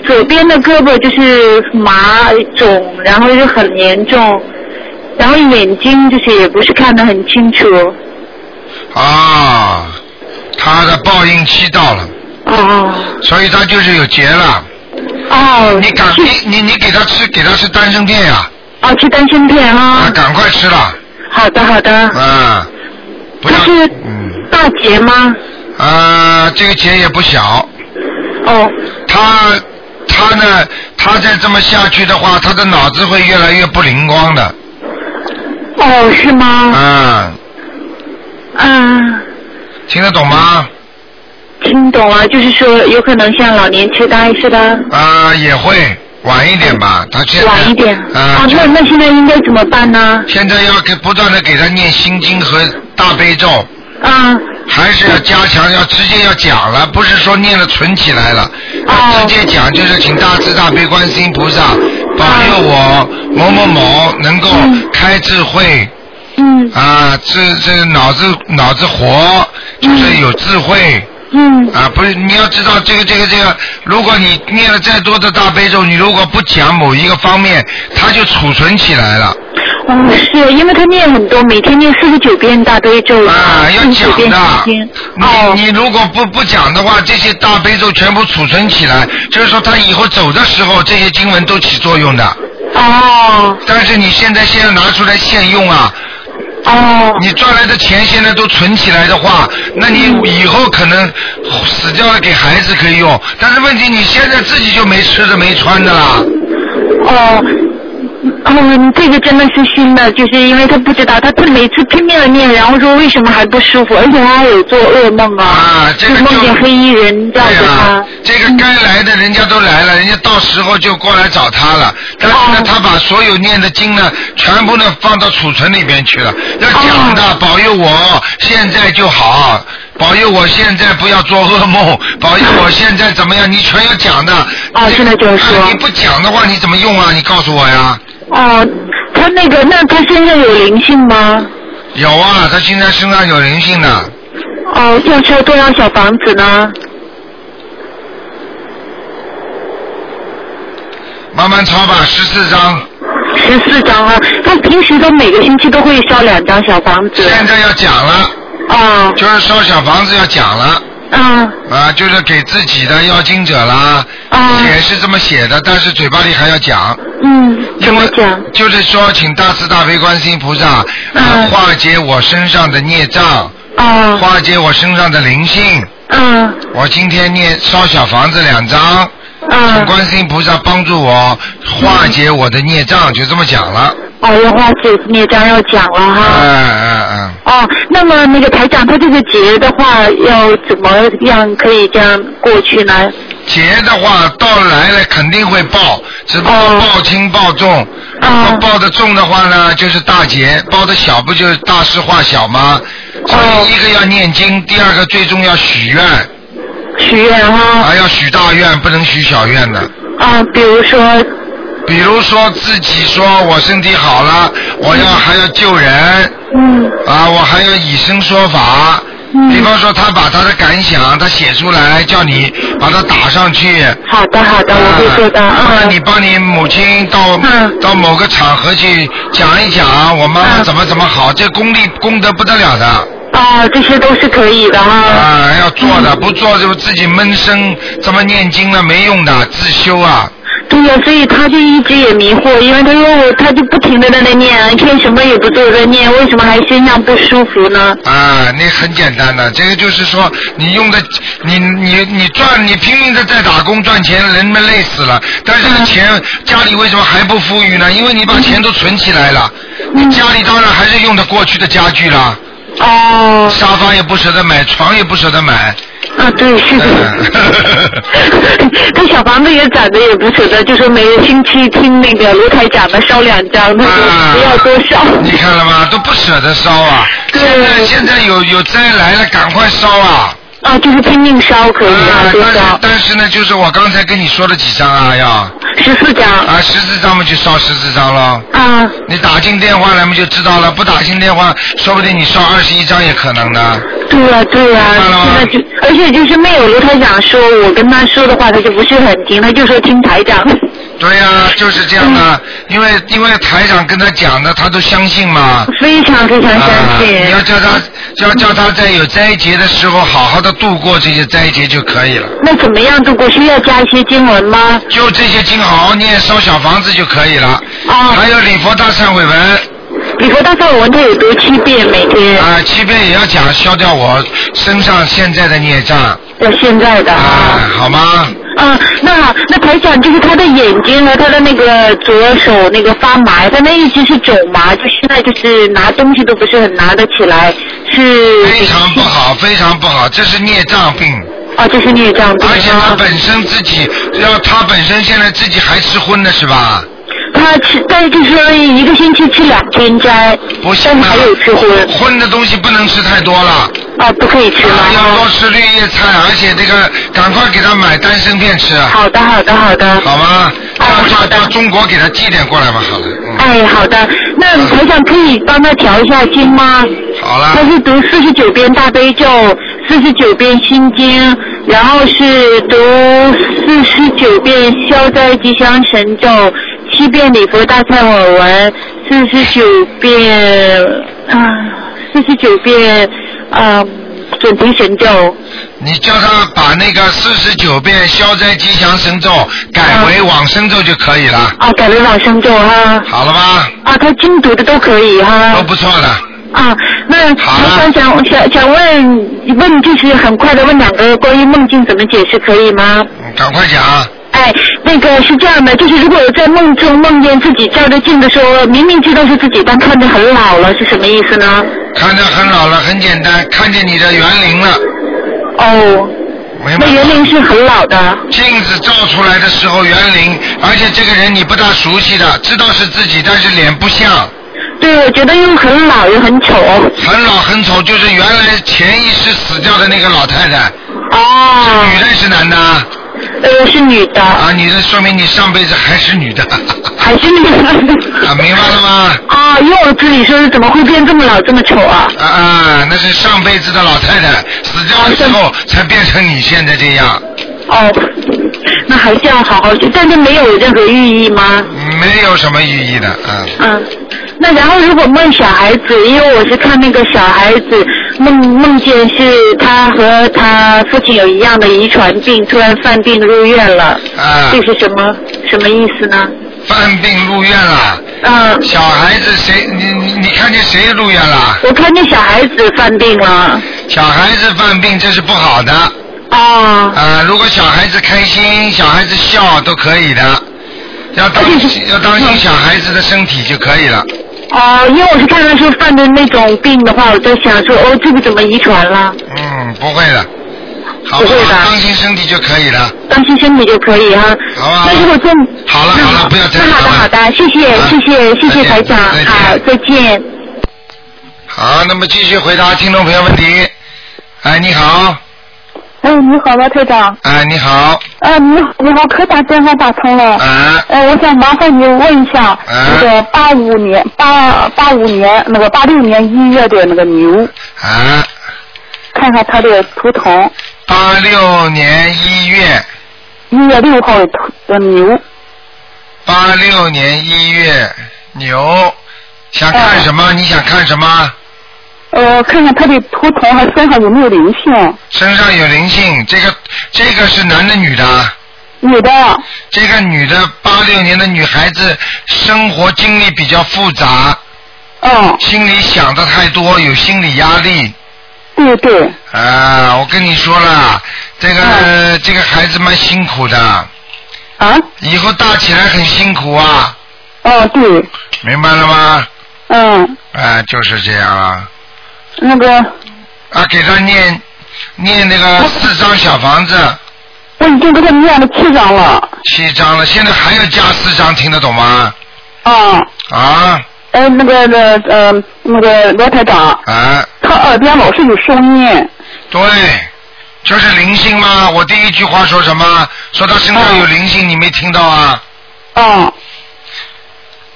Speaker 3: 左边的胳膊就是麻肿，然后就很严重，然后眼睛就是也不是看得很清楚。
Speaker 1: 啊，他的报应期到了，
Speaker 3: 哦
Speaker 1: 所以他就是有劫了。
Speaker 3: 哦，
Speaker 1: 你赶
Speaker 3: 去
Speaker 1: 你你你给他吃给他吃丹参片呀、
Speaker 3: 哦吃丹参片
Speaker 1: 啊，
Speaker 3: 啊，
Speaker 1: 赶快吃了，
Speaker 3: 好的好的，
Speaker 1: 啊，不要
Speaker 3: 他是，
Speaker 1: 嗯，
Speaker 3: 大姐吗？
Speaker 1: 啊，这个劫也不小，
Speaker 3: 哦
Speaker 1: 他他呢，他再这么下去的话，他的脑子会越来越不灵光的，
Speaker 3: 哦是吗？
Speaker 1: 啊，
Speaker 3: 嗯，
Speaker 1: 听得懂吗？
Speaker 3: 听懂了，就是说有可能像老年痴呆似的。
Speaker 1: 啊，也会，晚一点吧，他现在
Speaker 3: 嗯晚一点。
Speaker 1: 啊、
Speaker 3: 哦，
Speaker 1: 就
Speaker 3: 那那现在应该怎么办呢？
Speaker 1: 现在要给不断的给他念心经和大悲咒，
Speaker 3: 啊，
Speaker 1: 还是要加强，要直接要讲了，不是说念了存起来了，
Speaker 3: 哦
Speaker 1: 要直接讲就是请大慈大悲观世音菩萨保佑我某某某能够开智慧
Speaker 3: 嗯
Speaker 1: 啊，这这脑子脑子活，就是有智慧。
Speaker 3: 嗯
Speaker 1: 啊，不是，你要知道这个这个这个，如果你念了再多的大悲咒，你如果不讲某一个方面，它就储存起来了。
Speaker 3: 哦，是因为他念很多，每天念四十九遍大悲咒，
Speaker 1: 啊，要
Speaker 3: 四十九
Speaker 1: 讲
Speaker 3: 遍
Speaker 1: 的
Speaker 3: 心经。。哦
Speaker 1: 你你如果不不讲的话，这些大悲咒全部储存起来，就是说他以后走的时候，这些经文都起作用的。
Speaker 3: 哦
Speaker 1: 但是你现在先要拿出来现用啊，
Speaker 3: 哦
Speaker 1: 你赚来的钱现在都存起来的话，那你
Speaker 3: 嗯
Speaker 1: 以后可能死掉了给孩子可以用，但是问题你现在自己就没吃的没穿的啦。
Speaker 3: 哦。哦，这个真的是新的，就是因为他不知道，他他每次拼命的念，然后说为什么还不舒服，而且他还有做噩梦
Speaker 1: 啊这
Speaker 3: 就
Speaker 1: 个就
Speaker 3: 梦见黑衣人绕
Speaker 1: 对
Speaker 3: 着他。嗯
Speaker 1: 呀，这个该来的人家都来了，人家到时候就过来找他了。但是呢
Speaker 3: 哦，
Speaker 1: 他把所有念的经呢，全部呢放到储存里边去了。要讲的，
Speaker 3: 哦
Speaker 1: 保佑我现在就好，保佑我现在不要做噩 梦，保佑我现在怎么样，你全要讲的。
Speaker 3: 哦
Speaker 1: 这
Speaker 3: 现在就是说
Speaker 1: 啊你不讲的话，你怎么用啊？你告诉我呀。
Speaker 3: 哦，他那个，那他身上有灵性吗？
Speaker 1: 有啊，他现在身上有灵性的，
Speaker 3: 哦，要烧多少小房子呢？
Speaker 1: 慢慢抄吧，十四章。
Speaker 3: 十四张啊，他平时都每个星期都会烧两张小房子。
Speaker 1: 现在要讲了，
Speaker 3: 啊
Speaker 1: 就是烧小房子要讲了。
Speaker 3: 啊
Speaker 1: 啊，就是给自己的要经者啦，
Speaker 3: 啊！
Speaker 1: 写是这么写的，但是嘴巴里还要讲，
Speaker 3: 嗯，怎
Speaker 1: 因
Speaker 3: 么
Speaker 1: 为
Speaker 3: 讲？
Speaker 1: 就是说，请大慈大悲观世音菩萨、啊
Speaker 3: 嗯
Speaker 1: 化解我身上的孽障，
Speaker 3: 啊
Speaker 1: 化解我身上的灵性。
Speaker 3: 啊
Speaker 1: 我今天念烧小房子两张，请
Speaker 3: 啊！
Speaker 1: 观世音菩萨帮助我
Speaker 3: 嗯
Speaker 1: 化解我的孽障，就这么讲了。
Speaker 3: 哦，要化解孽障要讲了
Speaker 1: 嗯
Speaker 3: 哈。
Speaker 1: 嗯嗯。
Speaker 3: 哦，那么那个台长，他这个节的话，要怎么样可以这样过去呢？
Speaker 1: 劫的话，到来了肯定会报，只不过
Speaker 3: 哦
Speaker 1: 报轻报重。如果
Speaker 7: 啊
Speaker 3: 哦
Speaker 1: 报的重的话呢，就是大劫；报的小，不就是大事化小吗？所以一个要念经，第二个最终要许愿，
Speaker 3: 许愿哈。
Speaker 1: 啊，要许大愿，不能许小愿的。
Speaker 3: 啊，比如说，
Speaker 1: 比如说自己说我身体好了，我要还要救人，
Speaker 3: 嗯
Speaker 1: 啊，我还要以身说法。
Speaker 3: 嗯
Speaker 1: 比方说，他把他的感想，他写出来，叫你把它打上去。
Speaker 3: 好的好的，我会做的。
Speaker 1: 或者
Speaker 3: 嗯。
Speaker 1: 啊你帮你母亲到、
Speaker 3: 嗯
Speaker 1: 到某个场合去讲一讲，我妈妈
Speaker 3: 嗯
Speaker 1: 怎么怎么好，这功力功德不得了的
Speaker 3: 啊，这些都是可以的哈。
Speaker 1: 啊，要做的，不做就自己闷声，这么念经了没用的，自修啊。
Speaker 3: 对呀、所以他就一直也迷惑，因为他说我他就不停的在那念，一天什么也不做在念，为什么还身上不舒服呢？
Speaker 1: 啊，那很简单的，这个就是说，你用的，你你你赚，你拼命的在打工赚钱，人们累死了，但是这个
Speaker 3: 嗯
Speaker 1: 钱、家里为什么还不富裕呢？因为你把钱都存起来了，
Speaker 3: 嗯
Speaker 1: 你家里当然还是用的过去的家具啦。
Speaker 3: 哦，
Speaker 1: 沙发也不舍得买，床也不舍得买。
Speaker 3: 啊对，是的。 他小房子也攒着，也不舍得，就说每个星期听那个卢台讲的烧两张，他
Speaker 1: 啊
Speaker 3: 说不要多烧。
Speaker 1: 你看了吗？都不舍得烧啊！
Speaker 3: 对
Speaker 1: 现在现在有有灾来了，赶快烧啊！
Speaker 3: 啊，就是拼命烧可以啊，
Speaker 1: 啊，
Speaker 3: 多
Speaker 1: 但是
Speaker 3: 烧
Speaker 1: 但是呢，就是我刚才跟你说了几张啊，要
Speaker 3: 十四张。
Speaker 1: 啊十四张嘛就烧十四张喽。
Speaker 3: 啊
Speaker 1: 你打进电话来嘛就知道了，不打进电话，说不定你烧二十一张也可能的。
Speaker 3: 对呀、对呀、
Speaker 1: 明白了吗
Speaker 3: 现在就而且就是没有卢台长说，我跟他说的话，他就不是很听，他就说听台长。
Speaker 1: 对呀、就是这样
Speaker 3: 嗯
Speaker 1: 的，因为因为台长跟他讲的，他都相信嘛。
Speaker 3: 非常非常
Speaker 1: 啊
Speaker 3: 相，信。
Speaker 1: 你要叫他，要叫他在有灾劫的时候，好好的度过这些灾劫就可以了。
Speaker 3: 那怎么样度过？需要加一些经文吗？
Speaker 1: 就这些经好好念，烧小房子就可以了。还
Speaker 3: 啊，
Speaker 1: 有礼佛大忏悔文啊、
Speaker 3: 礼佛大忏文他有读七遍每天，
Speaker 1: 七遍也要讲，消掉我身上现在的孽障啊、
Speaker 3: 到现在的啊。
Speaker 1: 好吗？
Speaker 3: 嗯，那好，那台长就是他的眼睛和他的那个左手那个发麻，他那一直是肿麻，就现在就是拿东西都不是很拿得起来，是
Speaker 1: 哎非常不好，非常不好，这是孽障病。
Speaker 3: 哦，这是孽障，对
Speaker 1: 而且他
Speaker 3: 啊。
Speaker 1: 本身自己，要他本身现在自己还吃荤的是吧？
Speaker 3: 他吃，但是就是说一个星期吃两天斋，
Speaker 1: 不行
Speaker 3: 但是
Speaker 1: 啊
Speaker 3: 还有吃荤，
Speaker 1: 荤的东西不能吃太多了，
Speaker 3: 啊，不可以吃
Speaker 1: 啊要多
Speaker 3: 了。
Speaker 1: 吃绿叶菜，而且这个赶快给他买丹参片吃，
Speaker 3: 好的，好的，好的。
Speaker 1: 好吗？
Speaker 3: 啊
Speaker 1: 要叫
Speaker 3: 好的
Speaker 1: 到中国给他寄点过来吧，好了，嗯，
Speaker 3: 哎，好的，那台长可以帮他调一下经吗？
Speaker 1: 好了
Speaker 3: 他，是读四十九遍大悲咒，四十九遍心经，然后是读四十九遍消灾吉祥神咒，七遍礼佛大忏悔文，四十九遍啊，四十九遍啊准提神咒。
Speaker 1: 你叫他把那个四十九遍消灾吉祥神咒改
Speaker 3: 嗯
Speaker 1: 为往生咒就可以了，
Speaker 3: 啊，改为往生咒哈。
Speaker 1: 好了吧？
Speaker 3: 啊，他经读的都可以哈。
Speaker 1: 都不错的。
Speaker 3: 啊，那
Speaker 1: 好了
Speaker 3: 台长想想想问问，就是很快的问两个关于梦境怎么解释可以吗？
Speaker 1: 嗯赶快讲，
Speaker 3: 哎，那个是这样的，就是如果我在梦中梦见自己照着镜子说，明明知道是自己，但看着很老了，是什么意思呢？
Speaker 1: 看着很老了，很简单，看见你的园林了，
Speaker 3: 哦，
Speaker 1: 明白
Speaker 3: 那
Speaker 1: 吗？
Speaker 3: 园林是很老的。
Speaker 1: 镜子照出来的时候园林，而且这个人你不大熟悉的，知道是自己，但是脸不像，
Speaker 3: 对，我觉得又很老又很丑。
Speaker 1: 很老很丑，就是原来潜意识死掉的那个老太太，
Speaker 3: 哦
Speaker 1: 女，的是男的啊
Speaker 3: 呃，是女的，
Speaker 1: 啊，你这说明你上辈子还是女的， 啊，
Speaker 3: 还是女的？
Speaker 1: 明白了吗？
Speaker 3: 啊，因为我自己说是怎么会变这么老这么丑啊？
Speaker 1: 啊啊，那是上辈子的老太太死掉的时候才变成你现在这样，
Speaker 3: 哦，那还是要好好学，但是没有任何寓意吗？
Speaker 1: 没有什么意义的，啊。
Speaker 3: 嗯，那然后如果梦小孩子，因为我是看那个小孩子梦梦见是他和他父亲有一样的遗传病，突然犯病入院了，
Speaker 1: 啊
Speaker 3: 这，是什么什么意思呢？
Speaker 1: 犯病入院了，
Speaker 3: 嗯，
Speaker 1: 小孩子谁你你你看见谁入院了？
Speaker 3: 我看见小孩子犯病了。
Speaker 1: 小孩子犯病这是不好的啊、
Speaker 3: 哦，
Speaker 1: 如果小孩子开心，小孩子笑都可以的，要当
Speaker 3: 而且 是
Speaker 1: 要当心小孩子的身体就可以了。
Speaker 3: 哦，因为我是看他说犯的那种病的话，我在想说，哦，这个怎么遗传了？
Speaker 1: 嗯，不会的，好
Speaker 3: 不
Speaker 1: 好
Speaker 3: 会的
Speaker 1: 当心身体就可以了。
Speaker 3: 当心身体就可以哈。
Speaker 1: 好吧
Speaker 3: 那如果中
Speaker 1: 好了
Speaker 3: 那
Speaker 1: 好了不要再
Speaker 3: 那好的
Speaker 1: 麻
Speaker 3: 好
Speaker 1: 烦
Speaker 3: 的，谢谢、
Speaker 1: 啊
Speaker 3: 谢谢谢
Speaker 1: 再
Speaker 3: 谢
Speaker 1: 见
Speaker 3: 台长，
Speaker 1: 再见
Speaker 3: 好，再见。
Speaker 1: 好，那么继续回答听众朋友问题。哎，你好，
Speaker 8: 哎，你好，罗台长。
Speaker 1: 哎，你好，
Speaker 8: 哎，你好，你好，可打电话打通了。
Speaker 1: 哎，
Speaker 8: 哎，我想麻烦你问一下，
Speaker 1: 嗯
Speaker 8: 那个八五年八八五年那个八六年一月的那个牛，
Speaker 1: 哎，
Speaker 8: 看看它的图腾，
Speaker 1: 八六年一月，
Speaker 8: 一月六号的图的牛，
Speaker 1: 八六年一月牛，想看什么？你想看什么？
Speaker 8: 呃，看看它的图腾还身上有没有灵性，
Speaker 1: 身上有灵性，这个这个是男的女的啊？
Speaker 8: 女的，
Speaker 1: 这个女的八六年的女孩子，生活经历比较复杂，
Speaker 8: 嗯，
Speaker 1: 心里想的太多，有心理压力。
Speaker 8: 对对，
Speaker 1: 啊，我跟你说了，这个、这个孩子蛮辛苦的，
Speaker 8: 啊，
Speaker 1: 以后大起来很辛苦啊，
Speaker 8: 哦对，
Speaker 1: 明白了吗？
Speaker 8: 嗯，
Speaker 1: 啊，就是这样啊。
Speaker 8: 那个
Speaker 1: 啊，给他念念那个四张小房子，
Speaker 8: 我已经给他念了七张了，
Speaker 1: 七张了，现在还要加四张，听得懂吗？
Speaker 8: 啊，
Speaker 1: 啊
Speaker 8: 哎，那个那个呃那个罗台长，
Speaker 1: 啊，
Speaker 8: 他耳边老是有声音。
Speaker 1: 对，就是灵性嘛。我第一句话说什么？说他身上有灵性，你没听到啊？
Speaker 8: 嗯，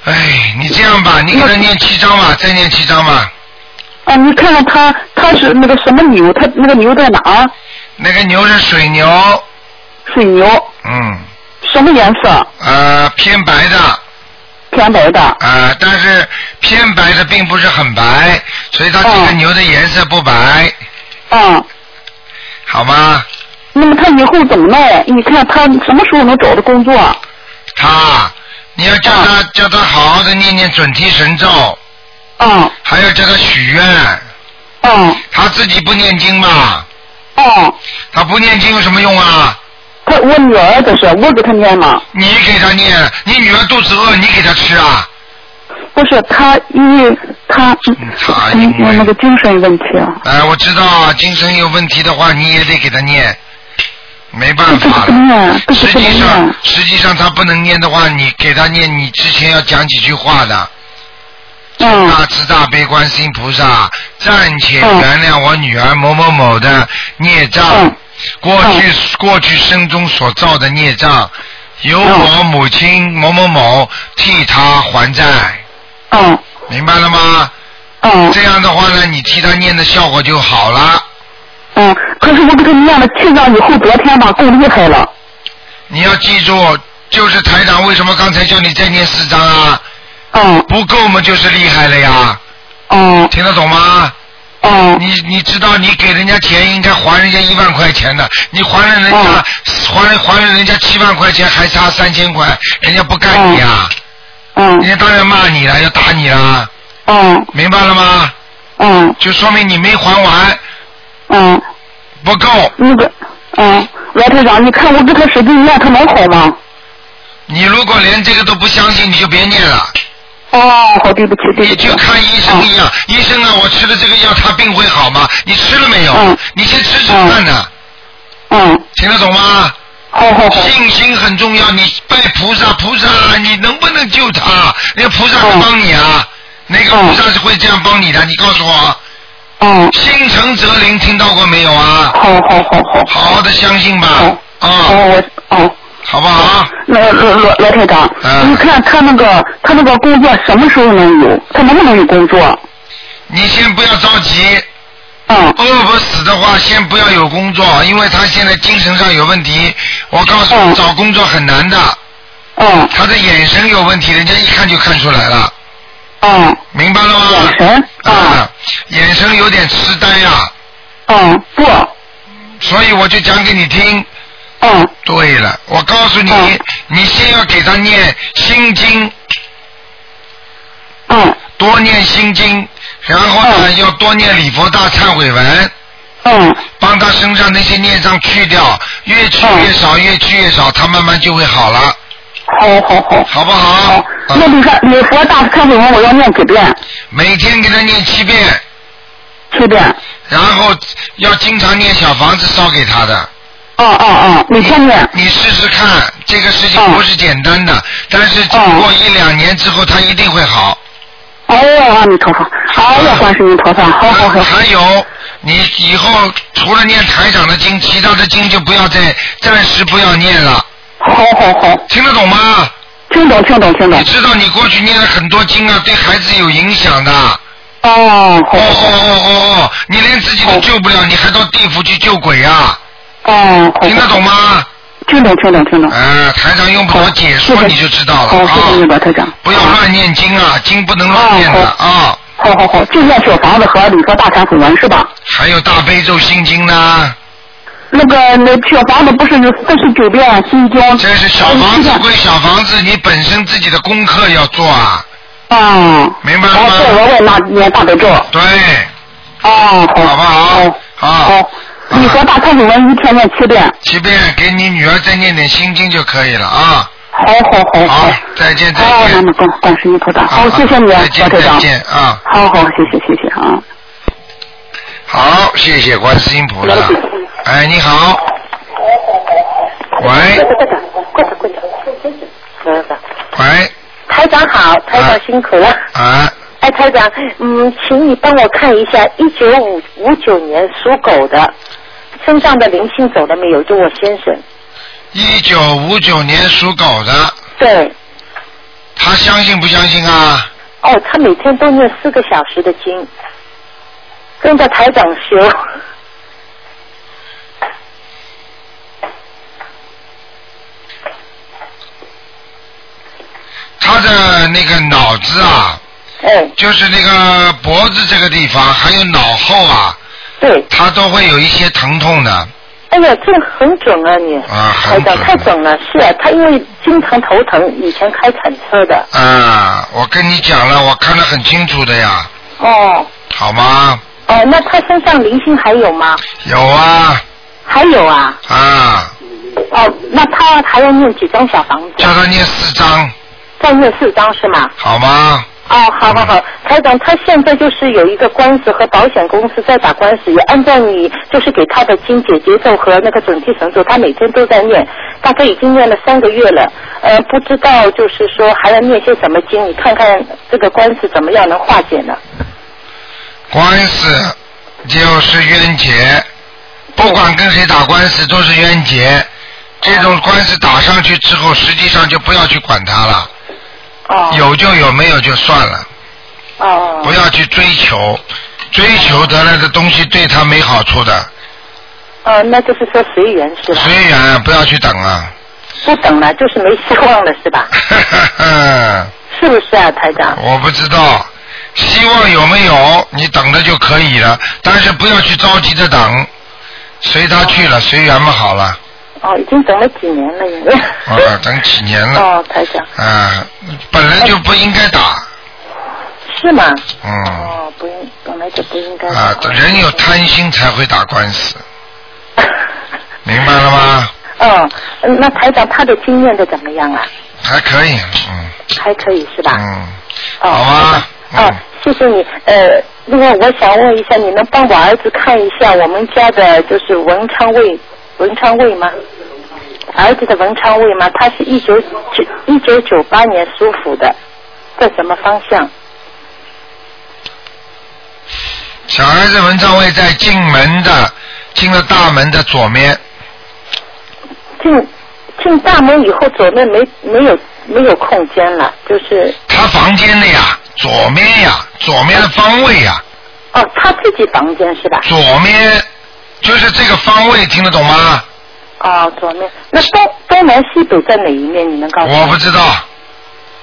Speaker 1: 哎，你这样吧，你给他念七张吧，再念七张吧。
Speaker 8: 啊，你看看他，他是那个什么牛？他那个牛在哪儿？
Speaker 1: 那个牛是水牛，
Speaker 8: 水牛，
Speaker 1: 嗯，
Speaker 8: 什么颜色？
Speaker 1: 呃，偏白的。
Speaker 8: 偏白的。
Speaker 1: 啊，但是偏白的并不是很白，所以它这个
Speaker 8: 哦
Speaker 1: 牛的颜色不白，
Speaker 8: 嗯，
Speaker 1: 好吗？
Speaker 8: 那么他以后怎么弄？你看他什么时候能找到工作？
Speaker 1: 他，你要叫他、
Speaker 3: 啊
Speaker 1: 叫他好好的念念准提神咒，
Speaker 8: 嗯
Speaker 1: 还要叫他许愿。
Speaker 8: 嗯
Speaker 1: 他自己不念经嘛，
Speaker 8: 嗯，
Speaker 1: 他不念经有什么用啊？
Speaker 8: 他我女儿这是，我给他念嘛。
Speaker 1: 你给他念，你女儿肚子饿，你给她吃啊？
Speaker 8: 不是他，因为他
Speaker 1: 嗯他
Speaker 8: 嗯
Speaker 1: 因为
Speaker 8: 那个精神问题啊。
Speaker 1: 哎，我知道啊，精神有问题的话，你也得给他念。没办法
Speaker 3: 这个不能
Speaker 1: 了
Speaker 3: 念。这个
Speaker 1: 实
Speaker 3: 不能
Speaker 1: 际上
Speaker 3: 念，
Speaker 1: 实际上他不能念的话，你给他念，你之前要讲几句话的。
Speaker 3: 嗯
Speaker 1: 大慈大悲观世音菩萨，暂且
Speaker 3: 嗯
Speaker 1: 原谅我女儿某某某的孽障，
Speaker 3: 嗯
Speaker 1: 过去、过去生中所造的孽障，由我母亲某某某替她还债，
Speaker 3: 嗯
Speaker 1: 明白了吗？
Speaker 3: 嗯
Speaker 1: 这样的话呢，你替她念的效果就好了。
Speaker 3: 嗯，可是我给他念了七张以后，昨天吧更厉害了。
Speaker 1: 你要记住，就是台长为什么刚才叫你再念四张啊？
Speaker 3: 嗯
Speaker 1: 不够嘛，就是厉害了呀，
Speaker 3: 嗯
Speaker 1: 听得懂吗？
Speaker 3: 嗯
Speaker 1: 你你知道，你给人家钱应该还人家一万块钱的，你还了人家、还还了人家七万块钱，还差三千块，人家不干你呀、
Speaker 3: 嗯
Speaker 1: 人家当然骂你了，要打你了，
Speaker 3: 嗯
Speaker 1: 明白了吗？
Speaker 3: 嗯
Speaker 1: 就说明你没还完，
Speaker 3: 嗯，
Speaker 1: 不够，
Speaker 3: 那个嗯，罗台长，你看我给他使劲念，他能好吗？
Speaker 1: 你如果连这个都不相信，你就别念了，
Speaker 3: 哦，好，对不起，对
Speaker 1: 你
Speaker 3: 不起
Speaker 1: 就。看医生一样，
Speaker 3: 哦
Speaker 1: 医生啊，我吃了这个药，他病会好吗？你吃了没有？
Speaker 3: 嗯
Speaker 1: 你先吃吃看呢，
Speaker 3: 嗯，
Speaker 1: 听得懂吗？
Speaker 3: 好好好。
Speaker 1: 信心很重要，你拜菩萨，菩萨你能不能救他？那个菩萨会帮你
Speaker 3: 哦
Speaker 1: 啊，那个菩萨是会这样帮你的。你告诉我，
Speaker 3: 嗯，
Speaker 1: 心诚则灵，听到过没有啊？
Speaker 3: 好好好好。
Speaker 1: 好好的相信吧，啊、
Speaker 3: 哦，我哦。
Speaker 1: 好不好？
Speaker 3: 那个罗罗罗台长，
Speaker 1: 嗯
Speaker 3: 你看他那个他那个工作什么时候能有？他能不能有工作？
Speaker 1: 你先不要着急，
Speaker 3: 嗯
Speaker 1: 饿不死的话，先不要有工作，因为他现在精神上有问题。我告诉你，
Speaker 3: 嗯
Speaker 1: 找工作很难的，
Speaker 3: 嗯
Speaker 1: 他的眼神有问题，人家一看就看出来了，
Speaker 3: 嗯，
Speaker 1: 明白了吗？
Speaker 3: 眼神啊
Speaker 1: 啊，眼神有点痴呆呀、
Speaker 3: 嗯不
Speaker 1: 所以我就讲给你听。
Speaker 3: 嗯
Speaker 1: 对了，我告诉你，
Speaker 3: 嗯
Speaker 1: 你先要给他念心经，
Speaker 3: 嗯
Speaker 1: 多念心经，然后呢，
Speaker 3: 嗯
Speaker 1: 要多念礼佛大忏悔文，
Speaker 3: 嗯
Speaker 1: 帮他身上那些孽障去掉，越去
Speaker 3: 啊
Speaker 1: 越少，越去越少，他慢慢就会好了，
Speaker 3: 好好好。
Speaker 1: 好不好
Speaker 3: 好？，哦啊那
Speaker 1: 嗯
Speaker 3: 你看礼佛大忏悔文我要念几遍？
Speaker 1: 每天给他念七遍，
Speaker 3: 七遍。
Speaker 1: 然后要经常念小房子烧给他的。
Speaker 3: 哦哦哦，每天念。
Speaker 1: 你试试看，这个事情
Speaker 3: 嗯
Speaker 1: 不是简单的，但是经过一两年之后，他一定会好。
Speaker 3: 哦，阿弥陀佛，好呀，观世音菩萨，好好好。
Speaker 1: 还有，你以后除了念台长的经，其他的经就不要再暂时不要念了，
Speaker 3: 好好好，
Speaker 1: 听得懂吗？
Speaker 3: 听懂听懂听懂
Speaker 1: 你。知道你过去念了很多经啊，对孩子有影响的。哦
Speaker 3: 哦，好
Speaker 1: 哦
Speaker 3: 好好，
Speaker 1: 哦哦哦，你连自己
Speaker 3: 嗯
Speaker 1: 都救不了，你还到地府去救鬼啊？
Speaker 3: 哦，好
Speaker 1: 听得懂吗？
Speaker 3: 听懂听懂听懂。
Speaker 1: 呃，台长用不着解说
Speaker 3: 嗯谢谢
Speaker 1: 你就知道了
Speaker 3: 好，
Speaker 1: 啊
Speaker 3: 谢。谢你罗台长。嗯
Speaker 1: 不要乱念经啊，经不能乱念的啊。
Speaker 3: 好好好，就念小房子和你说大忏悔文是吧？
Speaker 1: 还有大悲咒心经呢，
Speaker 3: 那个那小房子不是有四十九遍心经？
Speaker 1: 这是小房子归小房子，你本身自己的功课要做啊。
Speaker 3: 嗯，
Speaker 1: 明白了
Speaker 3: 然
Speaker 1: 吗
Speaker 3: 后再额外拿念大悲咒。哦，
Speaker 1: 对，
Speaker 3: 好，
Speaker 1: 好不
Speaker 3: 哦
Speaker 1: 好？好
Speaker 3: 好，，你说大忏悔文一天念七遍。
Speaker 1: 随便给你女儿再念点心经就可以了啊。
Speaker 3: 好好好
Speaker 1: 好，再见再
Speaker 3: 好，哦那
Speaker 1: 见
Speaker 3: 么。观观世音菩萨，好，
Speaker 1: 啊
Speaker 3: 谢谢你啊
Speaker 1: 再，
Speaker 3: 罗
Speaker 1: 见
Speaker 3: 队
Speaker 1: 再
Speaker 3: 长。
Speaker 1: 见啊！
Speaker 3: 好好，谢谢谢谢啊。
Speaker 1: 好，谢谢观世音菩萨。哎，你好。喂喂，
Speaker 4: 台长好，台长辛苦了。
Speaker 1: 啊，
Speaker 4: 哎，台长，嗯，请你帮我看一下，一九五五九年属狗的，身上的灵性走了没有？就我先生。
Speaker 1: 一九五九年属狗的，
Speaker 4: 对，
Speaker 1: 他相信不相信啊？
Speaker 4: 哦，他每天都念四个小时的经，跟着台长修。
Speaker 1: 他的那个脑子啊，
Speaker 4: 哎，
Speaker 1: 就是那个脖子这个地方，还有脑后啊，
Speaker 4: 对，
Speaker 1: 他都会有一些疼痛的。
Speaker 4: 哎呀，这个很准啊你，
Speaker 1: 啊
Speaker 4: 台
Speaker 1: 很准
Speaker 4: 长太准了，是啊，他因为经常头疼，以前开铲车的，
Speaker 1: 啊，我跟你讲了，我看得很清楚的呀，
Speaker 4: 哦，
Speaker 1: 好吗？
Speaker 4: 哦，那他身上灵性还有吗？
Speaker 1: 有啊，
Speaker 4: 还有啊，
Speaker 1: 啊，
Speaker 4: 哦，那他还要念几张小房子？
Speaker 1: 叫他念四张，
Speaker 4: 再念四张是吗？
Speaker 1: 好吗？
Speaker 7: 哦，好好好，台长，他现在就是有一个官 司和保险公司在打官司，也按照你就是给他的经解节奏和那个准提神咒，他每天都在念，大概已经念了三个月了，呃，不知道就是说还要念些什么经，你看看这个官司怎么样能化解呢？
Speaker 1: 官司就是冤结，不管跟谁打官司都是冤结。这种官司打上去之后，实际上就不要去管它了。
Speaker 7: 哦。
Speaker 1: 有就有，没有就算了。
Speaker 7: 哦。
Speaker 1: 不要去追求，追求得来的东西对他没好处的。
Speaker 7: 呃，那就是说随缘是吧？
Speaker 1: 随缘，不要去等啊。
Speaker 7: 不等了，就是没希望了是吧？
Speaker 1: 嗯，
Speaker 7: 是不是啊，台长？
Speaker 1: 我不知道，希望有没有，你等着就可以了。但是不要去着急的等，随他去了，随缘嘛，好了。
Speaker 7: 哦，已经等了几年了，应该。
Speaker 1: 啊，等几年了。
Speaker 7: 哦，台长，
Speaker 1: 啊，本来就不应该打，
Speaker 7: 是吗？
Speaker 1: 嗯，
Speaker 7: 哦，不应，本来就不应该。
Speaker 1: 啊，人有 贪心才会打官司，明白了吗？
Speaker 7: 嗯，嗯那台长他的经验的怎么样啊？
Speaker 1: 还可以，嗯
Speaker 7: 还可以是吧？
Speaker 1: 嗯，
Speaker 7: 哦，
Speaker 1: 好啊，
Speaker 7: 哦，谢谢你。呃，另外我想问一下，你能帮我儿子看一下我们家的就是文昌位，文昌位吗？儿子的文昌位吗？他是一九九一九九八年属虎的，在什么方向？
Speaker 1: 小孩子文章位在进门的，进了大门的左面，
Speaker 7: 进进大门以后，左面没没有没有空间了，就是
Speaker 1: 他房间的呀，左面呀，左面的方位呀，
Speaker 7: 哦，他自己房间是吧？
Speaker 1: 左面就是这个方位，听得懂吗？
Speaker 7: 哦，左面。那东东南西北在哪一面？你能告诉
Speaker 1: 我
Speaker 7: 我？
Speaker 1: 不知道。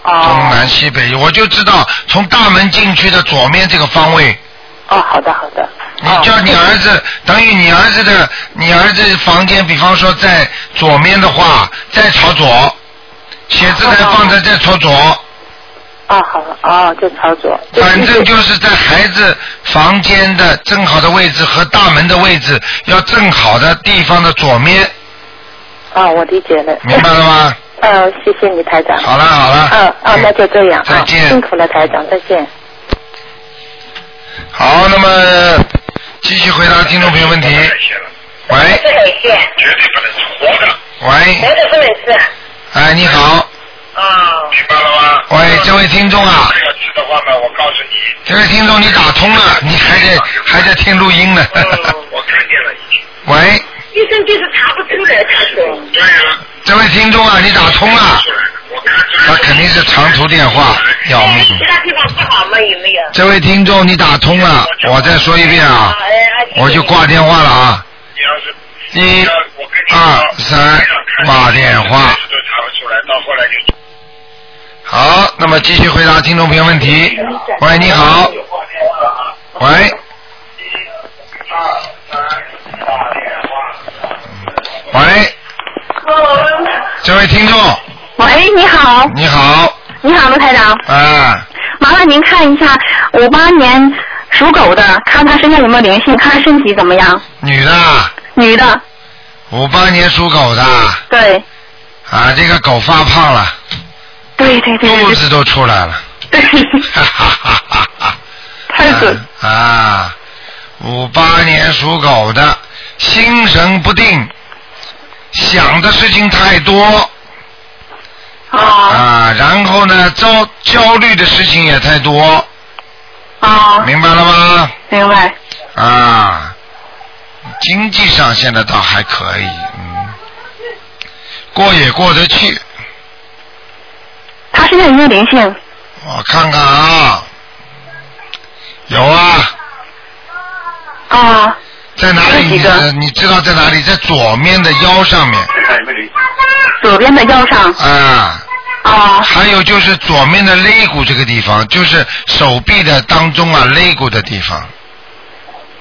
Speaker 1: 东
Speaker 7: 哦
Speaker 1: 南西北，我就知道从大门进去的左面这个方位，
Speaker 7: 哦，好的好的。哦
Speaker 1: 你叫你儿子，等于你儿子的，你儿子房间，比方说在左面的话，再朝左，写字台放在再朝左，
Speaker 7: 哦，好了，哦，就朝左。
Speaker 1: 反正就是在孩子房间的正好的位置和大门的位置要正好的地方的左面，
Speaker 7: 哦，我理解了。
Speaker 1: 明 白了吗？
Speaker 7: 嗯，谢谢你台长。
Speaker 1: 好了好了，
Speaker 7: 嗯，哦，那就这样啊。
Speaker 1: 再见
Speaker 7: 辛苦了台长，再见。
Speaker 1: 好，那么继续回答听众朋友问题。喂
Speaker 9: 是很谢，
Speaker 1: 绝对不能吃活的。喂，
Speaker 9: 活着不能吃啊。
Speaker 1: 哎，你好，
Speaker 9: 哦。明白了吗？
Speaker 1: 喂，这位听众啊，
Speaker 9: 要吃的话呢，我告诉你，
Speaker 1: 这位听众你打通了，你还在还在听录音呢。
Speaker 9: 我看见了已经。
Speaker 1: 喂，
Speaker 9: 医生就是查不出来，他说。对了，
Speaker 1: 这位听众啊，你打通了，他肯定是长途电话，要命。
Speaker 9: 其他地方不好吗？有没有？
Speaker 1: 这位听众你打通了，我再说一遍啊，我就挂电话了啊。一、二、三，挂电话。好，那么继续回答听众朋友问题。喂，你好。喂。喂，这位听众，
Speaker 10: 喂，你好，
Speaker 1: 你好，
Speaker 10: 你好，卢台长，
Speaker 1: 啊，
Speaker 10: 麻烦您看一下五八年属狗的，看他身上有没有灵性，看他身体怎么样。
Speaker 1: 女的，
Speaker 10: 女的，
Speaker 1: 五八年属狗的，
Speaker 10: 对，
Speaker 1: 啊，这个狗发胖了，
Speaker 10: 对对对
Speaker 1: 肚子都出来了，
Speaker 10: 对，
Speaker 1: 哈哈哈哈哈。
Speaker 10: 太准，
Speaker 1: 啊，五八年属狗的，心神不定，想的事情太多。啊，然后呢，焦焦虑的事情也太多。
Speaker 10: 啊，
Speaker 1: 明白了吗？
Speaker 10: 明白。
Speaker 1: 啊，经济上现在倒还可以，嗯，过也过得去。
Speaker 10: 他身上有没有灵性？
Speaker 1: 我看看啊，有啊，
Speaker 10: 啊，
Speaker 1: 在哪里？你知你知道在哪里？在左面的腰上面。
Speaker 10: 左边的腰上。
Speaker 1: 啊。
Speaker 10: 啊。
Speaker 1: 还有就是左面的肋骨这个地方，就是手臂的当中啊，肋骨的地方，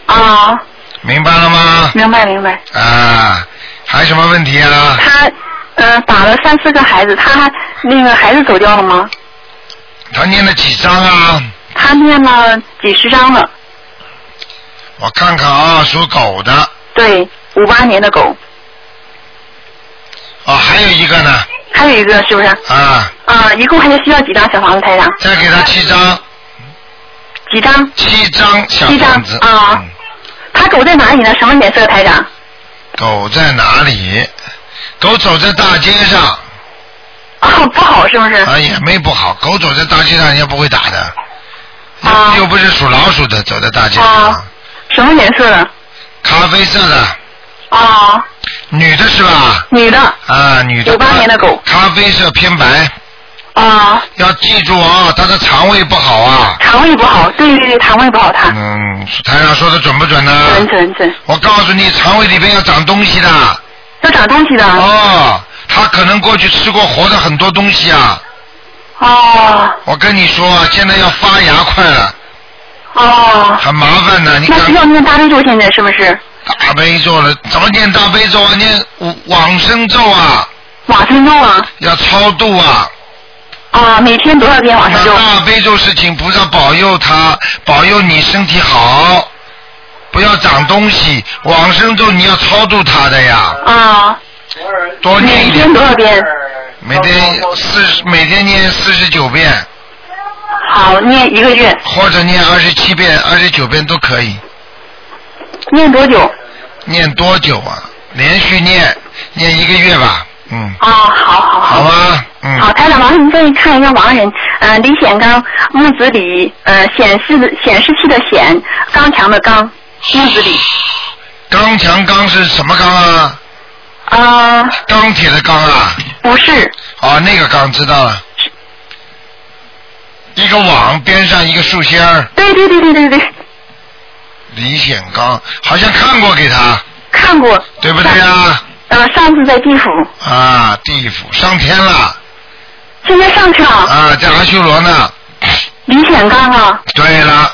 Speaker 10: 啊，
Speaker 1: 明白了吗？
Speaker 10: 明白明白。
Speaker 1: 啊，还有什么问题啊？
Speaker 10: 他呃打了三四个孩子，他还那个孩子走掉了吗？
Speaker 1: 他念了几章啊？
Speaker 10: 他念了几十张了，
Speaker 1: 我看看啊，属狗的啊
Speaker 10: 对，五八年的狗，，
Speaker 1: 哦还有一个呢，
Speaker 3: 还有一个是不是？
Speaker 1: 啊，
Speaker 3: 啊，一共还是需要几张小房子，台长？
Speaker 1: 再给他七张。
Speaker 3: 几张？
Speaker 1: 七张小
Speaker 3: 七张
Speaker 1: 房子。嗯
Speaker 3: 啊。他狗在哪里呢？什么颜色，台长？
Speaker 1: 狗在哪里？狗走在大街上。
Speaker 3: 啊，不好是不是？
Speaker 1: 啊，也没不好，狗走在大街上人家不会打的。又、
Speaker 3: 啊
Speaker 1: 又不是属老鼠的，走在大街上。
Speaker 3: 什么颜色的？
Speaker 1: 咖啡色的。
Speaker 3: 啊。
Speaker 1: 女的是吧？
Speaker 3: 女的。
Speaker 1: 啊，女的。
Speaker 3: 九八年的狗。
Speaker 1: 咖啡色偏白。
Speaker 3: 啊。
Speaker 1: 要记住啊，她的肠胃不好啊。
Speaker 3: 肠胃不好，对对对，肠胃不好，嗯他。
Speaker 1: 嗯，台上说的准不准呢、
Speaker 3: 准准准。
Speaker 1: 我告诉你，肠胃里边要长东西的。
Speaker 3: 要长东西的。
Speaker 1: 哦，他可能过去吃过活的很多东西啊。
Speaker 3: 哦。
Speaker 1: 我跟你说，啊，现在要发芽快了，
Speaker 3: 哦。
Speaker 1: 很麻烦的、你
Speaker 3: 那
Speaker 1: 看
Speaker 3: 需要念大悲咒，现在是不是？
Speaker 1: 大悲咒了，怎么念大悲咒啊？念往生咒啊。
Speaker 3: 往生咒啊。
Speaker 1: 要超度啊。
Speaker 3: 啊，每天多少遍往生咒？
Speaker 1: 大悲咒是请菩萨保佑他，保佑你身体好，不要长东西。往生咒你要超度他的呀，
Speaker 3: 啊。
Speaker 1: 多念一
Speaker 3: 每
Speaker 1: 点
Speaker 3: 天多少遍？
Speaker 1: 每天四十，每天念四十九遍。
Speaker 3: 好，念一个月。
Speaker 1: 或者念二十七遍、二十九遍都可以。
Speaker 3: 念多久？
Speaker 1: 念多久啊？连续念，念一个月吧。嗯。
Speaker 3: 啊，好好
Speaker 1: 好。吧，嗯。
Speaker 3: 好，台长，麻烦您帮你看一个亡人，呃，李显刚，木子李，呃，显示的显示器的显，刚强的刚，木子李。
Speaker 1: 刚强刚是什么刚啊？
Speaker 3: 啊。
Speaker 1: 钢铁的钢啊。
Speaker 3: 不是。
Speaker 1: 哦，那个钢知道了。一个网边上一个树仙儿，
Speaker 3: 对对对对对对，
Speaker 1: 李显刚好像看过给他，
Speaker 3: 看过。
Speaker 1: 对不对啊？
Speaker 3: 呃，上次在地府，
Speaker 1: 啊，地府上天了
Speaker 3: 现在上去了。
Speaker 1: 啊，在阿修罗呢。
Speaker 3: 李显刚啊。
Speaker 1: 对了，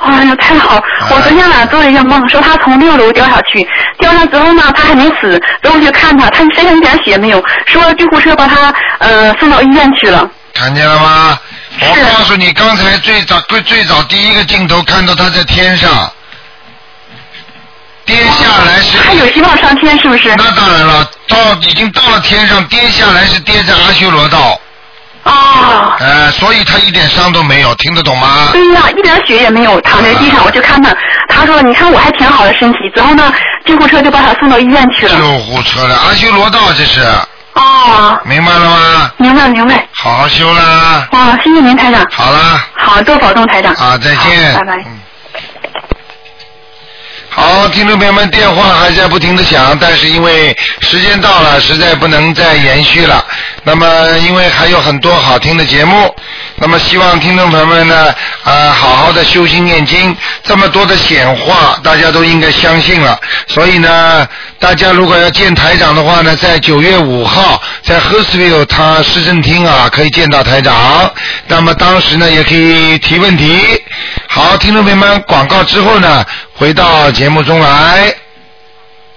Speaker 3: 哎呀，太好！我昨天晚上做了一个梦，说他从六楼掉下去，掉下之后呢，他还没死，然后我去看他，他身上一点血没有，说救护车把他呃送到医院去了。
Speaker 1: 看见了吗？我告诉你，刚才最早最最早第一个镜头看到他在天上，跌下来是。他
Speaker 3: 有希望上天是不是？
Speaker 1: 那当然了，到已经到了天上，跌下来是跌在阿修罗道。
Speaker 3: 啊。
Speaker 1: 呃，所以他一点伤都没有，听得懂吗？
Speaker 3: 对呀、一点血也没有，躺在地上，我去看他，他说你看我还挺好的身体，之后呢，救护车就把他送到医院去了。
Speaker 1: 救护车了，阿修罗道这是，
Speaker 3: 啊，
Speaker 1: 明白了吗？
Speaker 3: 明白明白。
Speaker 1: 好好修啦。
Speaker 3: 啊，谢谢您台长。
Speaker 1: 好啦。
Speaker 3: 好，多保重台长。
Speaker 1: 啊，再见。
Speaker 3: 好拜拜。
Speaker 1: 好，听众朋友们，电话还在不停的响，但是因为时间到了，实在不能再延续了。那么，因为还有很多好听的节目，那么希望听众朋友们呢，啊，好好的修心念经。这么多的显化，大家都应该相信了。所以呢，大家如果要见台长的话呢，在九月五号在 h e r s v i l l 他市政厅啊，可以见到台长。那么当时呢，也可以提问题。好，听众朋友们，广告之后呢，回到节目中来。